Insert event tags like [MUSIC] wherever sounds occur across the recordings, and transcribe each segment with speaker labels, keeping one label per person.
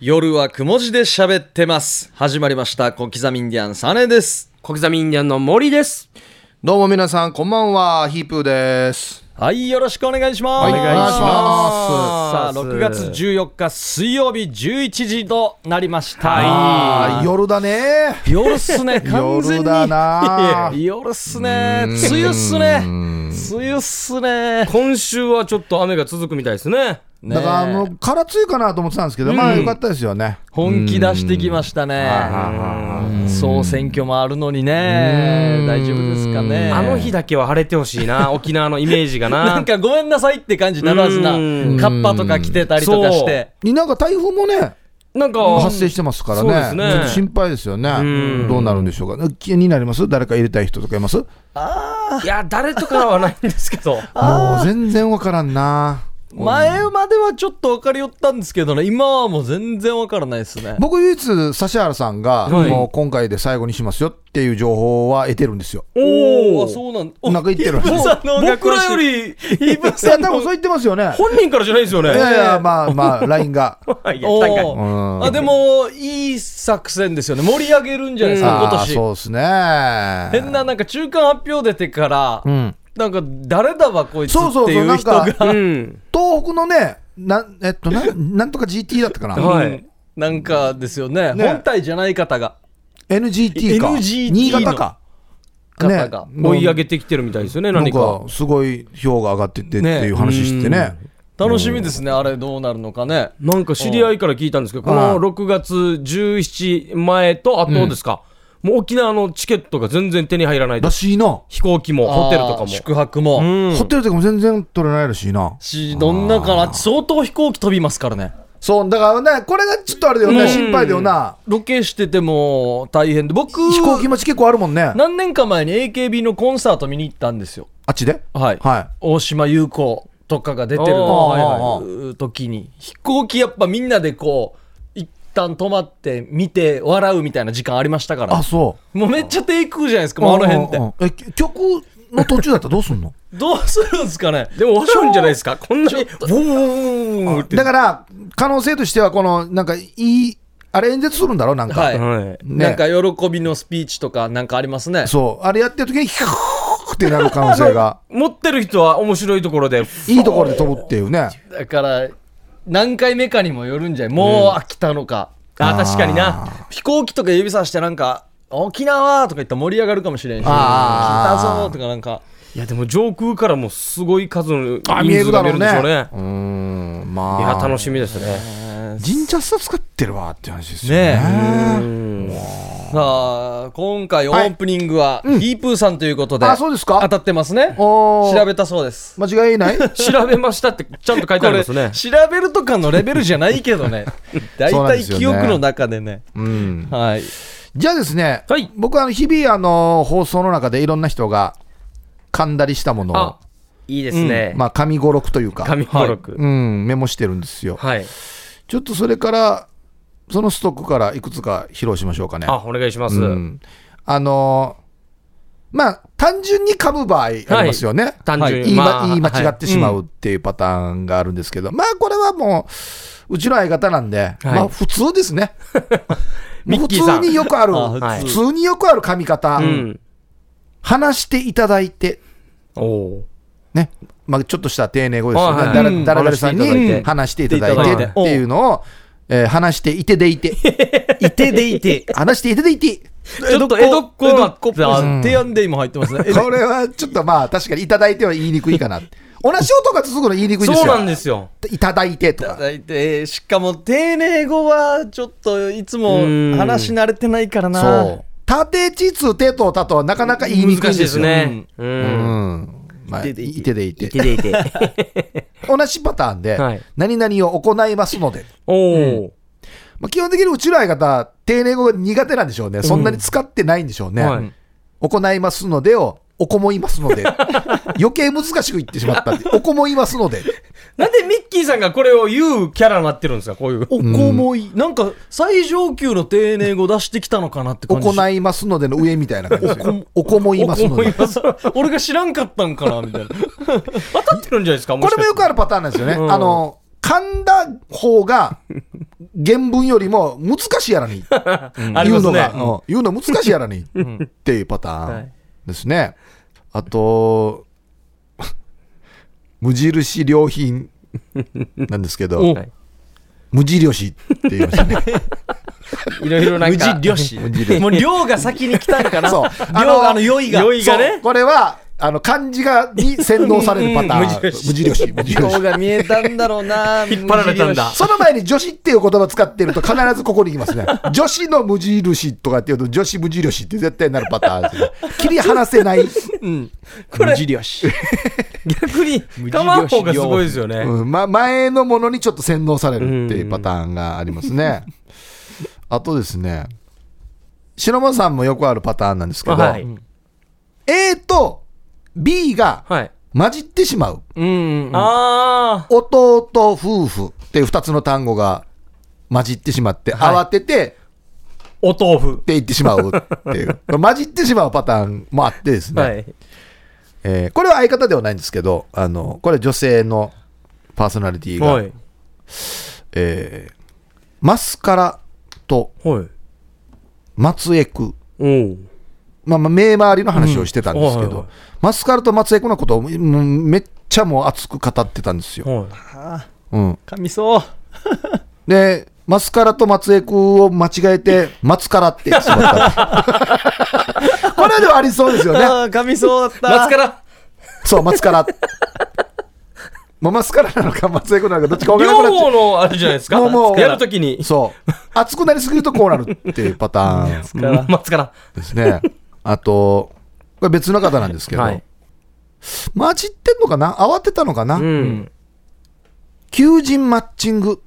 Speaker 1: 夜はくも字で喋ってます。始まりました。小刻みインディアンサネです。
Speaker 2: 小刻みインディアンの森です。
Speaker 3: どうも皆さんこんばんはヒープーです
Speaker 1: はい、よろしくお願いします。
Speaker 3: お願いします
Speaker 1: さあ、6月14日水曜日11時となりました。
Speaker 3: あー夜だね
Speaker 1: 夜っすね、完全に。
Speaker 3: [LAUGHS] 夜だな
Speaker 1: いや夜っすね。梅雨っすね。梅雨っすね。
Speaker 2: 今週はちょっと雨が続くみたいですね。
Speaker 1: ねえ
Speaker 3: だからあの空梅雨かなと思ってたんですけど、まあよかったですよね
Speaker 1: 本気出してきましたね。総選挙もあるのにね。大丈夫ですかね。
Speaker 2: あの日だけは晴れてほしい [LAUGHS] な、沖縄のイメージがな。
Speaker 1: [LAUGHS] なんかごめんなさいって感じにならずな、カ
Speaker 2: うん
Speaker 1: ッパとか着てたりとかして、
Speaker 3: になんか台風もね
Speaker 2: なんか、
Speaker 3: 発生してますから
Speaker 2: そうで
Speaker 3: ね
Speaker 2: すね
Speaker 3: ちょっと心配ですよね
Speaker 2: うん
Speaker 3: どうなるんでしょうか気になります誰か入れたい人とかいますもう
Speaker 2: いや、誰とかはないんですけど。
Speaker 3: 全然わからんな
Speaker 1: 前まではちょっと分かりよったんですけどね、今はもう全然分からないですね。
Speaker 3: 僕唯一指原さんが
Speaker 2: はい
Speaker 3: もう今回で最後にしますよっていう情報は得てるんですよ
Speaker 1: お
Speaker 2: お
Speaker 1: お、
Speaker 2: お、
Speaker 1: そうなんお
Speaker 3: なんか言ってる
Speaker 1: イブさんの方が
Speaker 2: 僕
Speaker 1: 詳
Speaker 2: ら
Speaker 1: しい
Speaker 2: より、
Speaker 1: イブ
Speaker 3: いや
Speaker 1: さん
Speaker 3: 多
Speaker 1: の
Speaker 3: 分そう言ってますよね
Speaker 2: 本人からじゃ [LAUGHS] ないですよね。
Speaker 3: いやいやまあまあ LINE が
Speaker 2: いや
Speaker 1: お
Speaker 2: 確かに
Speaker 1: ー
Speaker 3: うん
Speaker 1: あでも、いい作戦ですよね。盛り上げるんじゃないですか、今
Speaker 3: あー
Speaker 1: 年。
Speaker 3: そうですね
Speaker 1: 変な、なんか中間発表出てから、
Speaker 3: うん、
Speaker 1: なんか誰だわ、こいつ
Speaker 3: そうそう
Speaker 1: っ
Speaker 3: そう
Speaker 1: ていう人
Speaker 3: なん
Speaker 1: が、
Speaker 2: うん。
Speaker 3: 東北のねなえっとななんとか GT だったかな、
Speaker 2: は
Speaker 1: う
Speaker 2: い
Speaker 1: んなんかですよね、
Speaker 3: ね
Speaker 1: 本体じゃない方が。
Speaker 3: NGT か
Speaker 1: NGT の
Speaker 3: 新潟か
Speaker 1: 方が
Speaker 2: 追い上
Speaker 3: げ
Speaker 2: げてきてるみたいですよね、
Speaker 3: なん
Speaker 2: 何か
Speaker 3: か。すごい票が上がっててって
Speaker 1: ね
Speaker 3: いう話してね
Speaker 1: 楽しみですね、あれどうなるのかね。
Speaker 2: なんか知り合いから聞いたんですけど、こ
Speaker 3: あ
Speaker 2: の
Speaker 3: あ
Speaker 2: 6月17前と、あとですか、もう沖縄のチケットが全然手に入らないと
Speaker 3: ら。しいな、
Speaker 2: 飛行機もホテルとか
Speaker 1: あー
Speaker 2: も。
Speaker 1: 宿泊も。
Speaker 2: うん
Speaker 3: ホテルとかも全然取れないらしいな
Speaker 1: し、どんなかな相当飛行機飛びますからね。
Speaker 3: そうだからねこれがちょっとあれだよね、
Speaker 2: うん
Speaker 3: 心配だよな
Speaker 1: ロケしてても大変で、僕、
Speaker 3: 飛行機待ち結構あるもんねあ
Speaker 1: 何年か前に AKB のコンサート見に行ったんですよ。
Speaker 3: っちで
Speaker 1: はい。
Speaker 3: は
Speaker 1: 大島優子とかが出てる
Speaker 2: あーはい
Speaker 3: は
Speaker 1: 時に、飛行機やっぱみんなでこう、一旦止まって見て笑うみたいな時間ありましたか
Speaker 3: いあ
Speaker 1: ら。
Speaker 3: そう
Speaker 1: もうめっちゃ低空じゃないですか、もうあの辺って
Speaker 3: う。んうんうんえ曲の途中だったらどうすんの
Speaker 1: どうするんですかね。
Speaker 2: でも、面白いんじゃないですか。こんなに、ボーンって。
Speaker 3: だから可能性としてはこのなんかいいあれ演説するんだろなんか、
Speaker 1: はい。
Speaker 2: はい。
Speaker 1: なんか喜びのスピーチとかなんかありますね。
Speaker 3: そうあれやってる時にヒューってなる可能性が
Speaker 2: 持ってる人は面白いところで、
Speaker 3: いいところで飛ぶっていうね
Speaker 1: だから何回目かにもよるんじゃないもう飽きたのか、
Speaker 2: あ、確かにな。
Speaker 1: 飛行機とか指さしてなんか沖縄とか言ったら盛り上がるかもしれんし来た
Speaker 3: あー
Speaker 1: ぞとかなんか
Speaker 2: いや、でも上空からもすごい数の人
Speaker 3: あ見え
Speaker 2: 数
Speaker 3: る
Speaker 2: が
Speaker 3: だ
Speaker 2: 見
Speaker 3: ろ
Speaker 2: える
Speaker 3: うん
Speaker 2: で
Speaker 3: ね
Speaker 2: しょうね。
Speaker 3: うーん
Speaker 2: いや、
Speaker 3: まあ
Speaker 2: 楽しみですね。
Speaker 3: 神社さ使ってるわって話ですよ
Speaker 1: ね
Speaker 3: ね
Speaker 1: さあ今回オープニングはヒープーさんということで
Speaker 3: あそうですか
Speaker 1: 当たってますね
Speaker 3: おー
Speaker 1: 調べたそうです
Speaker 3: 間違いない
Speaker 2: 調べましたってちゃんと書いてあ
Speaker 1: こ
Speaker 2: りま
Speaker 1: れ
Speaker 2: す
Speaker 1: 調
Speaker 2: ね。
Speaker 1: べるとかのレベルじゃないけどね [LAUGHS] 大
Speaker 3: そうなん
Speaker 1: 体
Speaker 3: ですよね
Speaker 1: 記憶の中でね
Speaker 3: うん
Speaker 1: はい
Speaker 3: じゃあですね、
Speaker 2: はい
Speaker 3: 僕はあの日々あの放送の中でいろんな人が噛んだりしたものを
Speaker 2: あ、いいですね。
Speaker 3: まあ神語録というか、
Speaker 2: 紙登録。
Speaker 3: うん、メモしてるんですよ
Speaker 2: はい。
Speaker 3: ちょっとそれからそのストックからいくつか披露しましょうかね
Speaker 2: あ、お願いします。
Speaker 3: うん、あのーまあ単純に噛む場合ありますよね、
Speaker 2: 単純
Speaker 3: 言
Speaker 2: に。
Speaker 3: いま
Speaker 2: まあ
Speaker 3: 言い間違
Speaker 2: は
Speaker 3: ってしまうっていうパターンがあるんですけど、まあこれはもううちの相方なんで、まあ普通です
Speaker 2: [LAUGHS]
Speaker 3: ねもう普
Speaker 2: ミッキーさん
Speaker 3: 通によくある
Speaker 1: あ普
Speaker 2: 通はい
Speaker 3: 普通によくある噛み方、
Speaker 2: いうん。
Speaker 3: 話していただいて
Speaker 2: おお
Speaker 3: ね、まあ、ちょっとした丁寧語ですよ
Speaker 2: は
Speaker 3: ね、
Speaker 2: いはい
Speaker 3: だら
Speaker 1: うん
Speaker 3: だらだらさん
Speaker 2: 話していただ
Speaker 3: に
Speaker 2: い
Speaker 3: 話
Speaker 2: て
Speaker 3: していただいてっていうのを、えー話していてでいて
Speaker 1: いてでいて
Speaker 3: 話していてでいて
Speaker 2: ちょっと江戸っ子
Speaker 1: 江
Speaker 2: な
Speaker 1: 戸っ子っぽい提案で今入ってます [LAUGHS] ね
Speaker 3: これはちょっとまあ確かにいただいては言いにくいか [LAUGHS] な。同じ音が続くの言いにくいですよ。
Speaker 2: そうなんですよ。
Speaker 3: いただいてと
Speaker 1: いた
Speaker 3: か。
Speaker 1: だいてしかも丁寧語はちょっといつも
Speaker 2: うん
Speaker 1: 話し慣れてないからな
Speaker 3: そう。たてちつてとたとはなかなか言いにくいん
Speaker 2: 難しい
Speaker 3: で
Speaker 2: ですす
Speaker 3: よ。
Speaker 2: ね。う。
Speaker 3: うんん。まあ、
Speaker 1: いてでいて
Speaker 3: いてでいて。
Speaker 2: でいて。
Speaker 3: 同じパターンで
Speaker 2: はい、
Speaker 3: 何々を行いますので。
Speaker 2: おお。
Speaker 3: まあ、基本的にうちの相方、丁寧語が苦手なんでしょうね。そんなに使ってないんでしょうね。
Speaker 2: はい
Speaker 3: 行いますのでを、おこもいますので。余計難しく言ってしまったんで。おこもいますので。
Speaker 2: なんでミッキーさんがこれを言うキャラになってるんですかこういう。
Speaker 1: おこもい、なんか最上級の丁寧語出してきたのかなって感じ
Speaker 3: 行いますのでの上みたいな感じですよ。おこもいますの
Speaker 2: 思い
Speaker 3: で。
Speaker 1: [LAUGHS]
Speaker 2: ます。当
Speaker 1: 俺が知らんかったんかなみたいな
Speaker 2: たってるんじゃないですか
Speaker 3: これもよくあるパターンなんですよね。
Speaker 2: うん
Speaker 3: あの、噛んだ方が原文よりも難しいやら [LAUGHS] に。
Speaker 2: あ
Speaker 3: 言
Speaker 2: りま
Speaker 3: う
Speaker 2: す
Speaker 3: の
Speaker 2: ね
Speaker 3: が、。うん言うの難しいやらに。っていうパターンですね。あと、無印良品なんですけど、
Speaker 2: はい
Speaker 3: 無印って言いました [LAUGHS] ね。
Speaker 2: いろいろなん
Speaker 1: 無
Speaker 2: か
Speaker 1: 事。漁
Speaker 2: [LAUGHS]
Speaker 1: 師
Speaker 3: 無印
Speaker 1: もう漁が先に来たんかな
Speaker 3: そう
Speaker 1: [LAUGHS] 漁があの酔いが
Speaker 2: 酔いがね
Speaker 3: そうこれは、あの、漢字が、に洗脳されるパターン。
Speaker 2: う
Speaker 3: [LAUGHS]
Speaker 2: ん
Speaker 3: 無印。無印。
Speaker 1: 漁が見えたんだろうな
Speaker 2: 引っ張られたんだ
Speaker 3: その前に女子っていう言葉使ってると必ずここに行き
Speaker 2: [LAUGHS]
Speaker 3: ますね。女子の無印とかっていうと女子無印って絶対なるパターンです
Speaker 2: [LAUGHS]
Speaker 3: ね。切り離せない。
Speaker 1: 無事漁師
Speaker 2: 逆に
Speaker 1: 無事漁師
Speaker 2: 構わん方がすごいですよね。
Speaker 3: うんま、前のものにちょっと洗脳されるっていうパターンがありますね。あとですね、白間さんもよくあるパターンなんですけど、
Speaker 2: はい
Speaker 3: A と B が
Speaker 2: はい。
Speaker 3: 混じってしまう。
Speaker 1: うんあ
Speaker 2: ああ。
Speaker 3: 弟夫婦っていう2つの単語が混じってしまって、
Speaker 2: はい
Speaker 3: 慌てて
Speaker 2: お豆腐
Speaker 3: っ。て言ってしまうって
Speaker 2: [LAUGHS]
Speaker 3: いう、混じってしまうパターンもあってですね、
Speaker 2: はい。
Speaker 3: えーこれは相方ではないんですけど、あのこれ女性のパーソナリティ
Speaker 2: は
Speaker 3: が、
Speaker 2: い。
Speaker 3: えーマスカラと
Speaker 2: はい。
Speaker 3: 松江区、
Speaker 2: おう。
Speaker 3: まあ、まあ目周りの話をしてたんですけ
Speaker 2: うんはいはい
Speaker 3: ど
Speaker 2: はい、
Speaker 3: マスカラと松江区のことをもうめっちゃもう熱く語ってたんですよ。
Speaker 2: は
Speaker 3: うん、
Speaker 1: 噛みそう
Speaker 3: で、マスカラと松江君を間違えて、松からって言ってしまった。
Speaker 2: [LAUGHS]
Speaker 3: これではありそうですよね。
Speaker 1: あー噛みそうだっ
Speaker 2: い。
Speaker 1: た
Speaker 2: 夏から
Speaker 3: そう、松から。 [LAUGHS] もうマスカラなのか松江君なのかどっちか分から
Speaker 2: 両
Speaker 3: なくなっ
Speaker 2: 方のあるじゃないですか。
Speaker 3: もうもう
Speaker 2: やるとき
Speaker 3: ちゃ
Speaker 2: に
Speaker 3: う。。そう。熱くなりすぎるとこうなるっていうパターン
Speaker 1: から
Speaker 2: [LAUGHS] 松から。
Speaker 3: です
Speaker 2: [LAUGHS]
Speaker 3: ね。あと、これ別の方なんですけど、
Speaker 2: はい
Speaker 3: 混じってんのかな慌てたのかな、
Speaker 2: うん。
Speaker 3: 求人マッチング。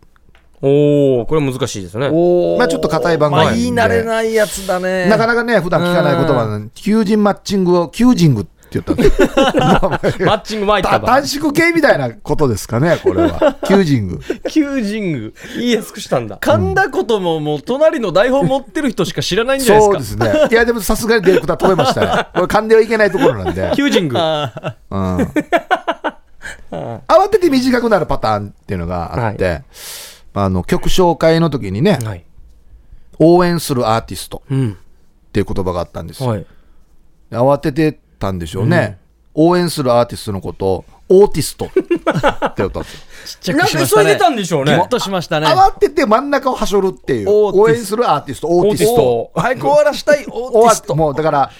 Speaker 2: おお、これ難しいですね。
Speaker 1: おー
Speaker 3: まあちょっと硬い番号
Speaker 1: ま
Speaker 3: な
Speaker 1: あ
Speaker 3: んで
Speaker 1: 言い慣れないやつだね
Speaker 3: なかなかね、普段聞かない言葉なのに、求人マッチングを求人グって言ったん
Speaker 2: [LAUGHS]
Speaker 3: ですよ。
Speaker 2: マッチング巻いた
Speaker 3: [LAUGHS] た
Speaker 2: ば。
Speaker 3: 短縮系みたいなことですかね、これは。求人グ。
Speaker 2: 旧神宮。言いやすくしたん
Speaker 1: [LAUGHS]
Speaker 2: だ。
Speaker 1: 噛んだことももう隣の台本持ってる人しか知らないんじゃない
Speaker 3: そう
Speaker 1: で
Speaker 3: です
Speaker 1: か
Speaker 3: すね。いや、でもさすがにディレクター止めまし
Speaker 1: [LAUGHS]
Speaker 3: たね。これ噛んではいけないところなんで。
Speaker 2: 旧神宮。
Speaker 1: あー
Speaker 3: うん、
Speaker 1: [LAUGHS]
Speaker 3: 慌てて短くなるパターンっていうのがあって、あの曲紹介の時にね、
Speaker 2: はい。
Speaker 3: 応援するアーティスト
Speaker 2: うん。
Speaker 3: っていう言葉があったんですよ。
Speaker 2: はい。
Speaker 3: 慌ててたんでしょうね。応援するアーティストのことを、オーティストって
Speaker 1: [LAUGHS]
Speaker 3: 言ったんですよ。
Speaker 1: ちっちゃ
Speaker 2: な
Speaker 1: く
Speaker 2: ん
Speaker 1: し
Speaker 2: か
Speaker 1: ました
Speaker 2: 急い
Speaker 1: ね
Speaker 2: でたんでしょう
Speaker 1: ギュ
Speaker 2: ね
Speaker 1: ッ。としましたね
Speaker 3: 慌てて真ん中をはしょるっていう、
Speaker 1: オーティス
Speaker 3: 応援するアーティスト、オー
Speaker 2: オー
Speaker 3: テ
Speaker 2: テ
Speaker 3: ィ
Speaker 2: ィ
Speaker 3: ス
Speaker 2: ス
Speaker 3: ト。
Speaker 2: ト。
Speaker 1: 早く終わらしたいオーティスト
Speaker 3: もうだから、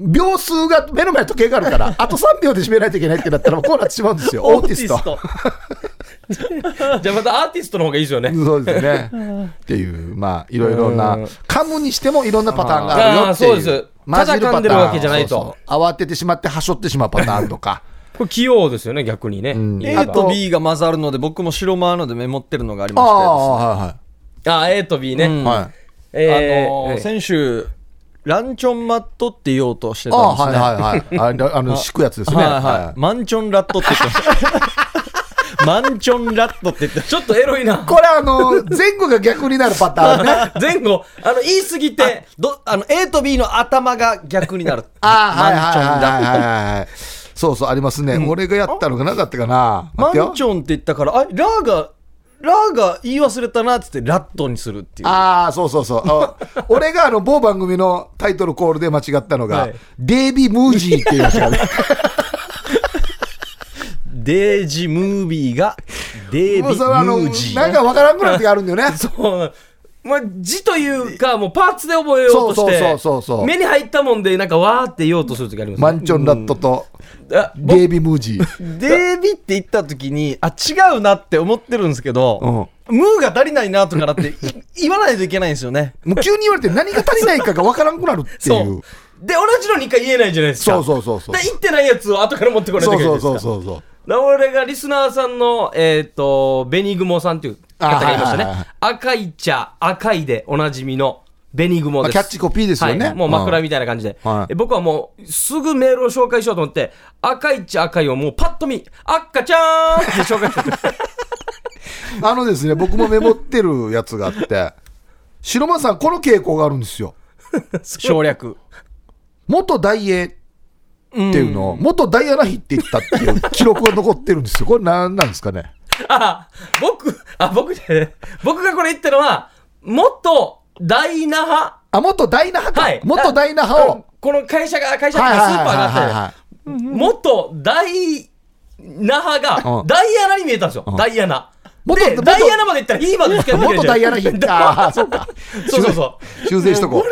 Speaker 3: 秒数が目の前に時計があるから、あと3秒で締めないといけないってなったら、こうなってしまうんですよ、オーティスト。
Speaker 2: [LAUGHS] じゃあまたアーティストの方がいいですよね。
Speaker 3: そうですね。っていう、まあ、いろいろな
Speaker 2: うん、
Speaker 3: 噛むにしてもいろんなパターンがあるよっていう。
Speaker 2: あーそうです
Speaker 3: 混じるパターン
Speaker 2: ただ噛んでるわけじゃないと
Speaker 3: そうそう慌ててしまって、はしょってしまうパターンとか。
Speaker 2: これ器用ですよね、逆にね。
Speaker 3: ん
Speaker 2: 言え
Speaker 1: A
Speaker 2: ば
Speaker 1: と B が混ざるので僕も白間のでメモってるのがあり
Speaker 3: あ
Speaker 1: ま
Speaker 3: あ、
Speaker 1: し
Speaker 3: は
Speaker 2: あ、A と B
Speaker 1: う
Speaker 3: い
Speaker 2: ね。
Speaker 1: ん
Speaker 3: はい。はい。
Speaker 1: てです
Speaker 2: え
Speaker 1: あのー
Speaker 2: ー
Speaker 1: 先週ランチョンマットって言おうとして
Speaker 3: あ
Speaker 1: たん
Speaker 3: あ、
Speaker 1: です
Speaker 3: は
Speaker 1: ね
Speaker 3: いはいはい。あれあの、敷くやつですね。
Speaker 1: はいはい
Speaker 3: はい
Speaker 1: マンチョンラットって言ってました。マンチョンラットって言ってまし
Speaker 3: [LAUGHS]
Speaker 2: ちょっとエロいな。
Speaker 3: これ、あの、前後が逆になるパターンね。
Speaker 2: [LAUGHS] 前後、あの、言い過ぎ
Speaker 1: た。
Speaker 2: て
Speaker 1: で、、どあの A と B の頭が逆になる。
Speaker 3: ああ、はい
Speaker 1: マンチョンラット。
Speaker 3: はいはいはいはい。そうそう、ありますね。俺がやったのがなかったかな。待
Speaker 1: マ
Speaker 3: ってよ
Speaker 1: ンチョンって言ったから、あ、ラーが、ラーが言い忘れたなってって、ラットにするっていう。
Speaker 3: ああ、そうそうそう。
Speaker 2: [LAUGHS]
Speaker 3: あ俺があの、某番組のタイトルコールで間違ったのが、
Speaker 2: はい
Speaker 3: デイビー・ムージーって言いました
Speaker 2: [LAUGHS]
Speaker 3: ね。
Speaker 1: デージムービーが、デービ
Speaker 3: もうそれはあの、
Speaker 1: ムージ
Speaker 3: なん
Speaker 1: ー。
Speaker 3: かわからんくなる時あるんだよ
Speaker 2: [LAUGHS]
Speaker 3: ね。
Speaker 2: そう、まあ、字というか、もうパーツで覚えようとして、
Speaker 3: そうそうそうそうそう
Speaker 2: 目に入ったもんで、なんかわーって言おうとするときあります、ね。
Speaker 3: マンチョン・ラットと、
Speaker 2: あ僕
Speaker 3: デイビー・ムージー。
Speaker 1: デービって言った時に、あ、違うなって思ってるんですけど、ムーが足りないなとかだってい言わないといけないんですよね。
Speaker 3: もう急に言われて何が足りないかがわからんくなるってい
Speaker 2: そうう。。で、同じの2回言えないじゃないです
Speaker 3: そ
Speaker 2: か。
Speaker 3: うそうそうそう
Speaker 2: で、言ってないやつを後から持ってこないと
Speaker 3: そ
Speaker 2: いうけない
Speaker 3: そ
Speaker 2: で
Speaker 3: う
Speaker 2: す
Speaker 3: そ
Speaker 2: か。
Speaker 3: うそうそう。
Speaker 2: だから俺がリスナーさんの、えっ、と、ベニグモさんという方がいました
Speaker 3: あはいはいはいは
Speaker 2: ね
Speaker 3: い。
Speaker 2: 赤い茶、赤いでおなじみのベニグモ
Speaker 3: まあ、キ
Speaker 2: です。
Speaker 3: ャッチコピーですよね。
Speaker 2: はい、もう枕みたいな感じで、
Speaker 3: うんはい
Speaker 2: え僕はもうすぐメールを紹介しようと思って赤いっちゃ赤いをもうパッと見「赤ちゃーん!」って紹介してた
Speaker 3: うんあのですね、僕もメモってるやつがあって、白間さん、この傾向があるんですよ。 [LAUGHS]
Speaker 1: 省略。
Speaker 3: 元大英っていうのを、元ダイアナ妃って言ったっていう記録が残ってるんですよ。これ何なんですかね。
Speaker 2: あ僕、あ、僕で、僕がこれ言ったのは、元大那覇、
Speaker 3: あ、元ダイナ派か。
Speaker 2: はい。
Speaker 3: 元ダイナ
Speaker 2: あ
Speaker 3: 派を。
Speaker 2: この会社が、会社が
Speaker 3: はい
Speaker 2: ス
Speaker 3: はい
Speaker 2: ーパーが
Speaker 3: はいはい
Speaker 2: あ
Speaker 3: はい。
Speaker 2: って、元大那覇が
Speaker 3: う、ん
Speaker 2: ダイアナに見えたんですよ
Speaker 3: ん。
Speaker 2: ダイアナ。
Speaker 3: 元
Speaker 2: で、
Speaker 3: 元
Speaker 2: ダイアナまで行ったら、ヒーマーでつけただけで
Speaker 3: 元ダイアナヒッター。そうか。
Speaker 2: そうそうそう。
Speaker 3: 修正しとこ。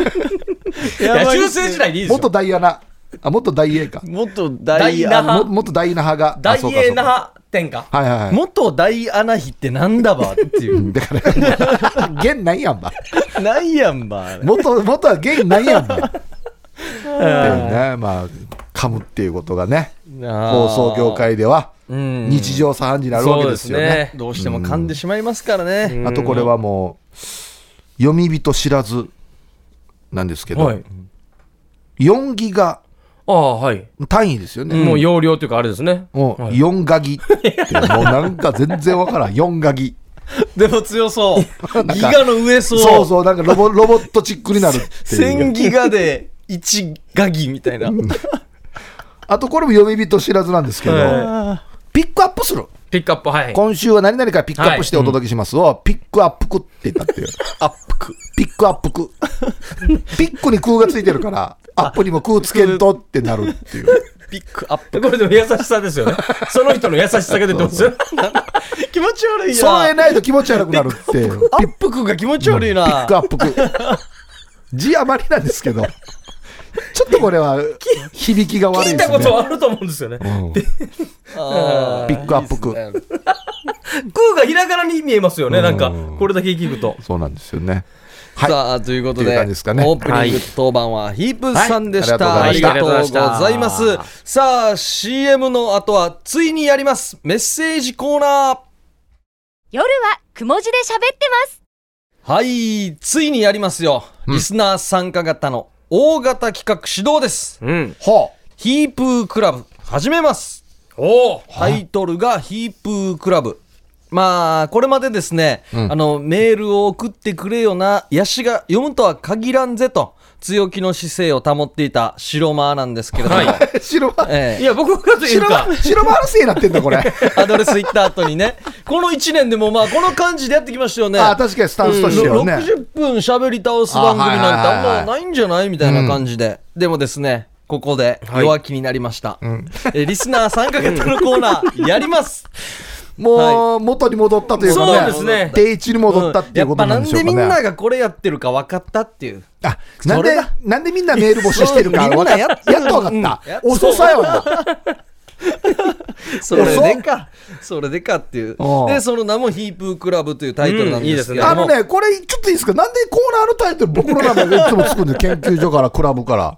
Speaker 2: いや、
Speaker 1: ばいっ
Speaker 2: 中
Speaker 1: すね
Speaker 2: 世時代でいいうですよ
Speaker 3: 元。ダイアナ。あ、元ダイエーか。
Speaker 1: 元大
Speaker 2: ダイナ
Speaker 1: 穴
Speaker 2: 派
Speaker 3: も元ダイナ派が。
Speaker 2: ダ
Speaker 3: あ
Speaker 2: イ
Speaker 3: そうか
Speaker 2: エ
Speaker 3: そう
Speaker 2: ナ
Speaker 3: か
Speaker 2: ハ店か。
Speaker 3: はいはいはい。
Speaker 1: 元大穴比ってなんだばっていう
Speaker 3: [LAUGHS] だから、現ないやんば。
Speaker 1: ないやんばあれ
Speaker 3: 元、元は現ないやんば。っていうね、まあ、噛むっていうことがね、放送業界では、
Speaker 1: ん
Speaker 3: 日常茶飯事になるわけですよ
Speaker 2: そうです
Speaker 3: ね
Speaker 2: ね。
Speaker 1: どうしても噛んでしまいますからね
Speaker 3: あとこれはもう、読み人知らずなんですけど、。4ギガ
Speaker 2: ああ、はい。
Speaker 3: 単位ですよね。
Speaker 2: もう容量というか、あれですね。
Speaker 3: もう
Speaker 2: はい
Speaker 3: 4ガギって、もうなんか全然わからん、4ガギ。
Speaker 1: でも強そう
Speaker 3: か
Speaker 1: ギガの上そう
Speaker 3: そうそう、なんかロボロボットチックになるっていう
Speaker 1: 1000。ギガで1ガギみたいな
Speaker 3: あとこれも読み人知らずなんですけど、
Speaker 2: は
Speaker 3: ピックアップする。
Speaker 2: ピックアップ、はい。
Speaker 3: 今週は何々からピックアップしてお届けしますを、ピックアップクって言ったっていう。
Speaker 1: アップク
Speaker 3: ピックアップク。ピックに空がついてるから、アップにも空つけんとってなるっていう。
Speaker 1: ピックアップ
Speaker 3: [LAUGHS]
Speaker 2: これでも優しさですよね。その人の優しさが出てますよ。
Speaker 1: 気持ち悪いや
Speaker 3: 揃えないと気持ち悪くなるっていう。
Speaker 1: アップクが気持ち悪い
Speaker 3: ピッ
Speaker 1: な
Speaker 3: クアップク。字余りなんですけど、ちょっとこれは響きが悪い
Speaker 2: 聞
Speaker 3: で
Speaker 2: いた
Speaker 3: す
Speaker 2: こ
Speaker 3: ね。
Speaker 2: とはあると思うんですよね。空
Speaker 3: うん
Speaker 1: あー
Speaker 3: ピックアップク
Speaker 1: いいっすね
Speaker 2: がひらがなに見えますよね。なんか
Speaker 3: うん、
Speaker 2: これだけ聞くと。
Speaker 3: そうなんですよね。はい。
Speaker 1: さあということ
Speaker 3: という
Speaker 1: で
Speaker 3: 感じですかね
Speaker 1: オープニング当番はヒープさんでし
Speaker 3: は
Speaker 1: た
Speaker 3: い
Speaker 1: あ
Speaker 3: あ
Speaker 1: り
Speaker 3: り
Speaker 1: がと
Speaker 3: が
Speaker 2: と
Speaker 1: う
Speaker 2: う
Speaker 1: ご
Speaker 2: ございました
Speaker 1: ざいますさあ CM の後はついにやりますメッセージコーナー
Speaker 4: 夜はくも字で喋ってます。
Speaker 1: はい、ついにやりますよ。リスナー参加型の大型企画始動です。
Speaker 2: うん。
Speaker 3: ほ
Speaker 1: ヒープークラブ、始めます。
Speaker 2: おお
Speaker 1: タイトルがヒープークラブ。まあ、これまでですね、
Speaker 3: ん。
Speaker 1: あの、メールを送ってくれよな、ヤシが読むとは限らんぜと、強気の姿勢を保っていた白間なんですけれども、
Speaker 2: はいう
Speaker 3: 白馬、
Speaker 1: え
Speaker 2: い
Speaker 1: え
Speaker 2: や、僕がという
Speaker 3: 白
Speaker 2: か
Speaker 3: 馬、、白馬のせいになってんだ、
Speaker 1: [LAUGHS]
Speaker 3: これ。
Speaker 1: アドレス行った後にね、この1年でもまあ、この感じでやってきましたよね。
Speaker 3: ああ、確かにスタンスとしてはね。
Speaker 1: 60分喋り倒す番組なんて
Speaker 3: あはいはいはいはい
Speaker 1: あんまないんじゃないみたいな感じで、でもですねここで弱気になりました、えーリスナー参加型のコーナーやり
Speaker 3: [LAUGHS]
Speaker 1: ます、
Speaker 3: もう元に戻ったというかね、
Speaker 2: そうですね
Speaker 3: 定位置に戻ったっていうことなんでしょうかね。
Speaker 1: やっぱなんでみんながこれやってるか分かったって
Speaker 3: [LAUGHS]
Speaker 1: いう
Speaker 3: あなん
Speaker 1: それ
Speaker 3: で
Speaker 1: だ
Speaker 3: なんでみんなメール募集してるか
Speaker 1: そうみん
Speaker 3: 分
Speaker 1: な
Speaker 3: かっ
Speaker 1: や
Speaker 3: や
Speaker 1: っ
Speaker 3: っ
Speaker 1: と
Speaker 3: と分かった。遅さよな。
Speaker 1: それでかそれでかっていう
Speaker 3: おう
Speaker 1: でその名も「ヒープークラブ」というタイトルなんですけれ
Speaker 2: うん
Speaker 1: ど
Speaker 3: あ
Speaker 2: い
Speaker 1: も、
Speaker 3: のね、これちょっといいですかなんでコーナーのタイトル僕の名前がいつもつ
Speaker 2: [LAUGHS]
Speaker 3: くんで、研究所からクラブから。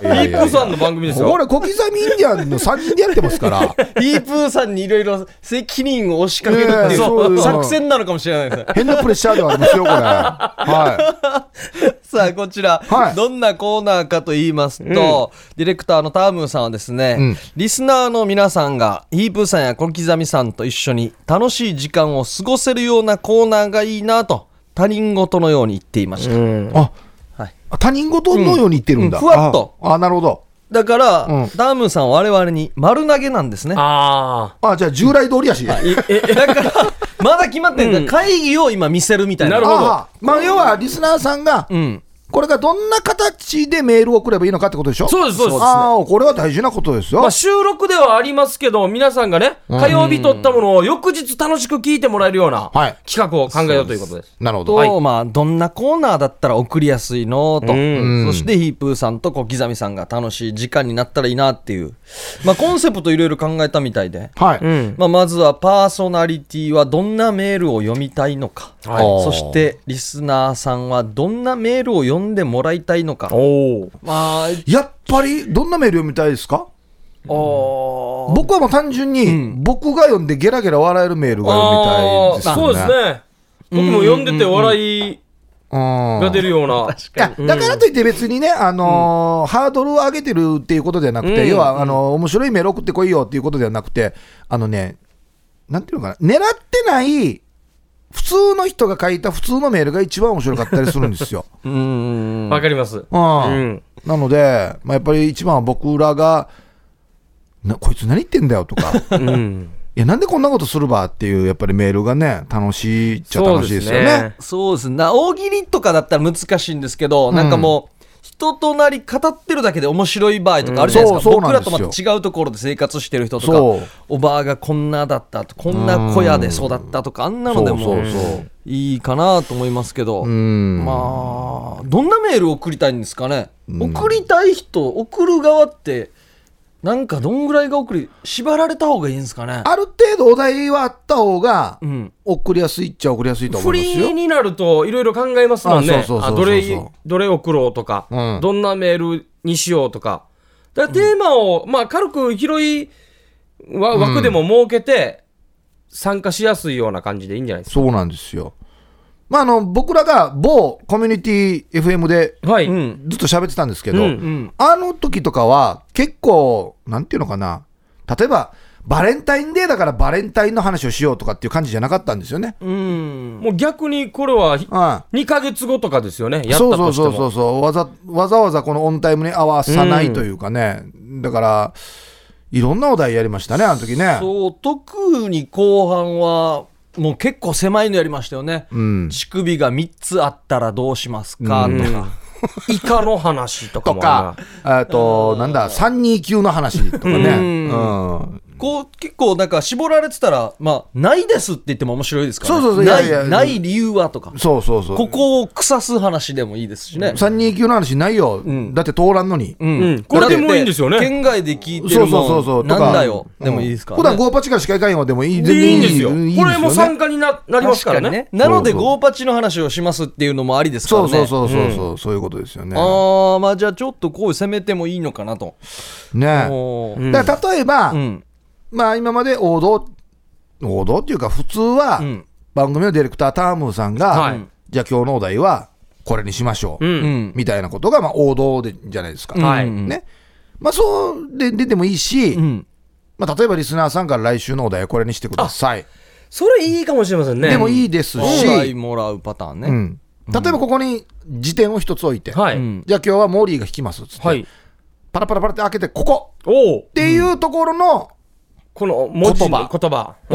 Speaker 3: いや
Speaker 2: ヒ
Speaker 3: い
Speaker 2: ー
Speaker 3: や
Speaker 2: プ
Speaker 3: いや
Speaker 2: さんの番組です
Speaker 3: こ
Speaker 2: よ。
Speaker 3: れ小刻みインディアンの3人でやってますから、
Speaker 1: ヒープーさんにいろいろ責任を押しかけるって
Speaker 3: ね
Speaker 1: い
Speaker 3: えそう
Speaker 1: う
Speaker 3: です
Speaker 1: 作戦なのかもしれないですね
Speaker 3: 変なプレッシャーではありますよ、これ。は
Speaker 1: さあ、こちら、
Speaker 3: はい
Speaker 1: どんなコーナーかと言いますと、ディレクターのタームーさんはですね、
Speaker 3: うん
Speaker 1: リスナーの皆さんが、ヒープーさんや小刻みさんと一緒に楽しい時間を過ごせるようなコーナーがいいなと、他人事のように言っていました。
Speaker 2: うん
Speaker 3: い。あ、
Speaker 1: はい
Speaker 3: 他人事のように言ってるんだ。
Speaker 1: うんうんふわっと
Speaker 3: あ。あ、なるほど。
Speaker 1: だから、
Speaker 3: うん
Speaker 1: タームーさんは我々に丸投げなんですね。
Speaker 2: あ
Speaker 3: あ、じゃあ従来通りやし。
Speaker 2: あ。いえ、え、
Speaker 1: だから、まだ決まってんだ、
Speaker 2: うん
Speaker 1: 会議を今見せるみたいな。
Speaker 2: なるほど
Speaker 3: ああまあ、要はリスナーさんが、
Speaker 1: うん。
Speaker 3: これがどんな形でメールを送ればいいのかってことでしょ
Speaker 2: そうですそうです
Speaker 3: ああ、これは大事なことですよ。
Speaker 2: まあ、収録ではありますけど、皆さんがね、火曜日撮ったものを翌日楽しく聞いてもらえるような
Speaker 3: はい
Speaker 2: 企画を考えようということです。
Speaker 3: なるほ
Speaker 1: と、
Speaker 3: ど。
Speaker 1: まあ、どんなコーナーだったら送りやすいのと、
Speaker 2: うん
Speaker 1: そしてヒープーさんと小刻みさんが楽しい時間になったらいいなっていう、まあ、コンセプトいろいろ考えたみたいで、
Speaker 3: はい。
Speaker 2: うん。
Speaker 1: まあ、まずはパーソナリティはどんなメールを読みたいのか、
Speaker 2: はい
Speaker 1: そしてリスナーさんはどんなメールを読んでもらいたいのか。
Speaker 2: おお。
Speaker 1: まあ、
Speaker 3: やっぱり、どんなメール読みたいですか
Speaker 1: おー
Speaker 3: 僕はもう単純に、僕が読んでゲラゲラ笑えるメールが読みたいですよね。
Speaker 2: そうです。ね。僕も読んでて笑い
Speaker 3: うん。
Speaker 2: が出るような。
Speaker 3: いやだからといって別にね、あのーハードルを上げてるっていうことじゃなくて、
Speaker 2: うん
Speaker 3: 要はあのー面白いメール送ってこいよっていうことではなくて、あのね、なんていうのかな、狙ってない普通の人が書いた普通のメールが一番面白かったりするんです
Speaker 2: [LAUGHS]
Speaker 3: よ。
Speaker 1: うーん
Speaker 2: わかります。
Speaker 3: うん
Speaker 2: うん
Speaker 3: なので、
Speaker 2: [LAUGHS]
Speaker 3: まあ、やっぱり一番は僕らが、なこいつ何言ってんだよとか、
Speaker 2: うん。
Speaker 3: いや、なんでこんなことするばっていう、やっぱりメールがね、楽しいっちゃ楽しいですよね。
Speaker 2: そうですね
Speaker 1: そうですね大喜利とかだったら難しいんですけど、なんかもう人となり語ってるだけで面白い場合とかあるじゃないですか、
Speaker 3: うんそうそう
Speaker 1: 僕
Speaker 3: なん
Speaker 1: ら
Speaker 3: です
Speaker 1: と
Speaker 3: よ
Speaker 1: また違うところで生活してる人と
Speaker 3: そう
Speaker 1: かおばあがこんなだったとこんな小屋で育ったとかあんなので
Speaker 3: そ
Speaker 1: も
Speaker 3: うそうそう
Speaker 1: いいかなと思いますけど、
Speaker 3: うん。
Speaker 1: まあどんなメール送りたいんですかね、送りたい人送る側ってなんかどんぐらいが送り縛られた方がいいんですかね
Speaker 3: ある程度お題はあった方が、
Speaker 1: うん
Speaker 3: 送りやすいっちゃ送りやすいと思
Speaker 2: フ
Speaker 3: います
Speaker 2: リー
Speaker 3: よ。
Speaker 2: になるといろいろ考えますもん
Speaker 3: あ
Speaker 2: ね
Speaker 3: そうそうそう。そう
Speaker 2: あどれ、どれ送ろうとか、
Speaker 3: うん
Speaker 2: どんなメールにしようとか。だからテーマを、まあ軽く広いわ枠でも設けて、参加しやすいような感じでいいんじゃないです
Speaker 3: そうなんですよ。まあ、あの、僕らが某コミュニティ FM で
Speaker 2: か。はい。
Speaker 1: うん
Speaker 3: ずっと喋ってたんですけど、
Speaker 2: うん
Speaker 1: うん
Speaker 3: あの時とかは結構、なんていうのかな。例えば、バレンタインデーだからバレンタインの話をしようとかっていう感じじゃなかったんですよね。
Speaker 1: うん
Speaker 2: もう逆にこれはひ
Speaker 3: うん。
Speaker 2: 2ヶ月後とかですよね。やった
Speaker 3: そうそ
Speaker 2: と
Speaker 3: う
Speaker 2: して
Speaker 3: そう
Speaker 2: も。
Speaker 3: そうそうわざわざわざこのオンタイムに合わさないというかね、だからいろんなお題やりましたねあの時ね
Speaker 1: そう特に後半はもう結構狭いのやりましたよね、
Speaker 3: うん
Speaker 1: 乳首が3つあったらどうしますか
Speaker 2: う
Speaker 1: と
Speaker 2: ん
Speaker 1: か、
Speaker 3: [LAUGHS]
Speaker 2: イカの話とか
Speaker 3: と
Speaker 2: も
Speaker 3: か
Speaker 2: あるな。
Speaker 3: えっとなんだ329の話とかね
Speaker 1: うん
Speaker 3: うん
Speaker 1: こう結構なんか絞られてたらまあないですって言っても面白いですから、ね、
Speaker 3: そうそうそう
Speaker 1: ない
Speaker 3: いやいや
Speaker 1: ない理由はとか
Speaker 3: そうそうそう
Speaker 1: ここを腐す話でもいいですしね、
Speaker 3: 329の話ないよ、
Speaker 1: ん
Speaker 3: だって通らんのに、
Speaker 1: うん
Speaker 2: うんこれでもいいんですよね
Speaker 1: だって県外で聞いて
Speaker 3: そ
Speaker 1: る
Speaker 3: うそうそうそ
Speaker 1: も
Speaker 3: うんとか
Speaker 1: なんだよ、
Speaker 3: うん
Speaker 1: でもいいですから、
Speaker 3: 普段ゴーパチからしか行かんよでもいい
Speaker 2: でいいんですよ。
Speaker 3: いい
Speaker 2: これも参
Speaker 3: ね
Speaker 2: 加にななりますからね。
Speaker 1: なので
Speaker 3: そうそう
Speaker 1: ゴーパチの話をしますっていうのもありですから
Speaker 3: そ
Speaker 1: ね
Speaker 3: うそうそうそうそう、そういうことですよね
Speaker 1: ああまあじゃあちょっとこう攻めてもいいのかなと、
Speaker 3: ね
Speaker 1: おー
Speaker 2: うん
Speaker 3: だから例えば、
Speaker 1: うん
Speaker 3: まあ今まで王道王道っていうか普通は、
Speaker 1: うん
Speaker 3: 番組のディレクタータームーさんが、
Speaker 2: はい
Speaker 3: じゃあ今日のお題はこれにしましょう、
Speaker 2: う。
Speaker 1: うんん
Speaker 3: みたいなことがまあ王道でじゃないですか、
Speaker 2: はい
Speaker 1: うん
Speaker 3: ねまあそうで出てもいいし、
Speaker 1: うん
Speaker 3: まあ、例えばリスナーさんから来週のお題はこれにしてください、
Speaker 2: それいいかもしれませんね。
Speaker 3: でもいいです
Speaker 1: お
Speaker 3: し、
Speaker 1: 題もらうパターンね、
Speaker 3: うん例えばここに辞典を一つ置いて、
Speaker 2: はい。
Speaker 1: うん
Speaker 3: じゃあ今日はモーリーが弾きますっつって、
Speaker 2: はい。
Speaker 3: パラパラパラって開けてここ
Speaker 2: おお。
Speaker 3: っていうところの
Speaker 2: この文字の
Speaker 3: 言葉
Speaker 2: 言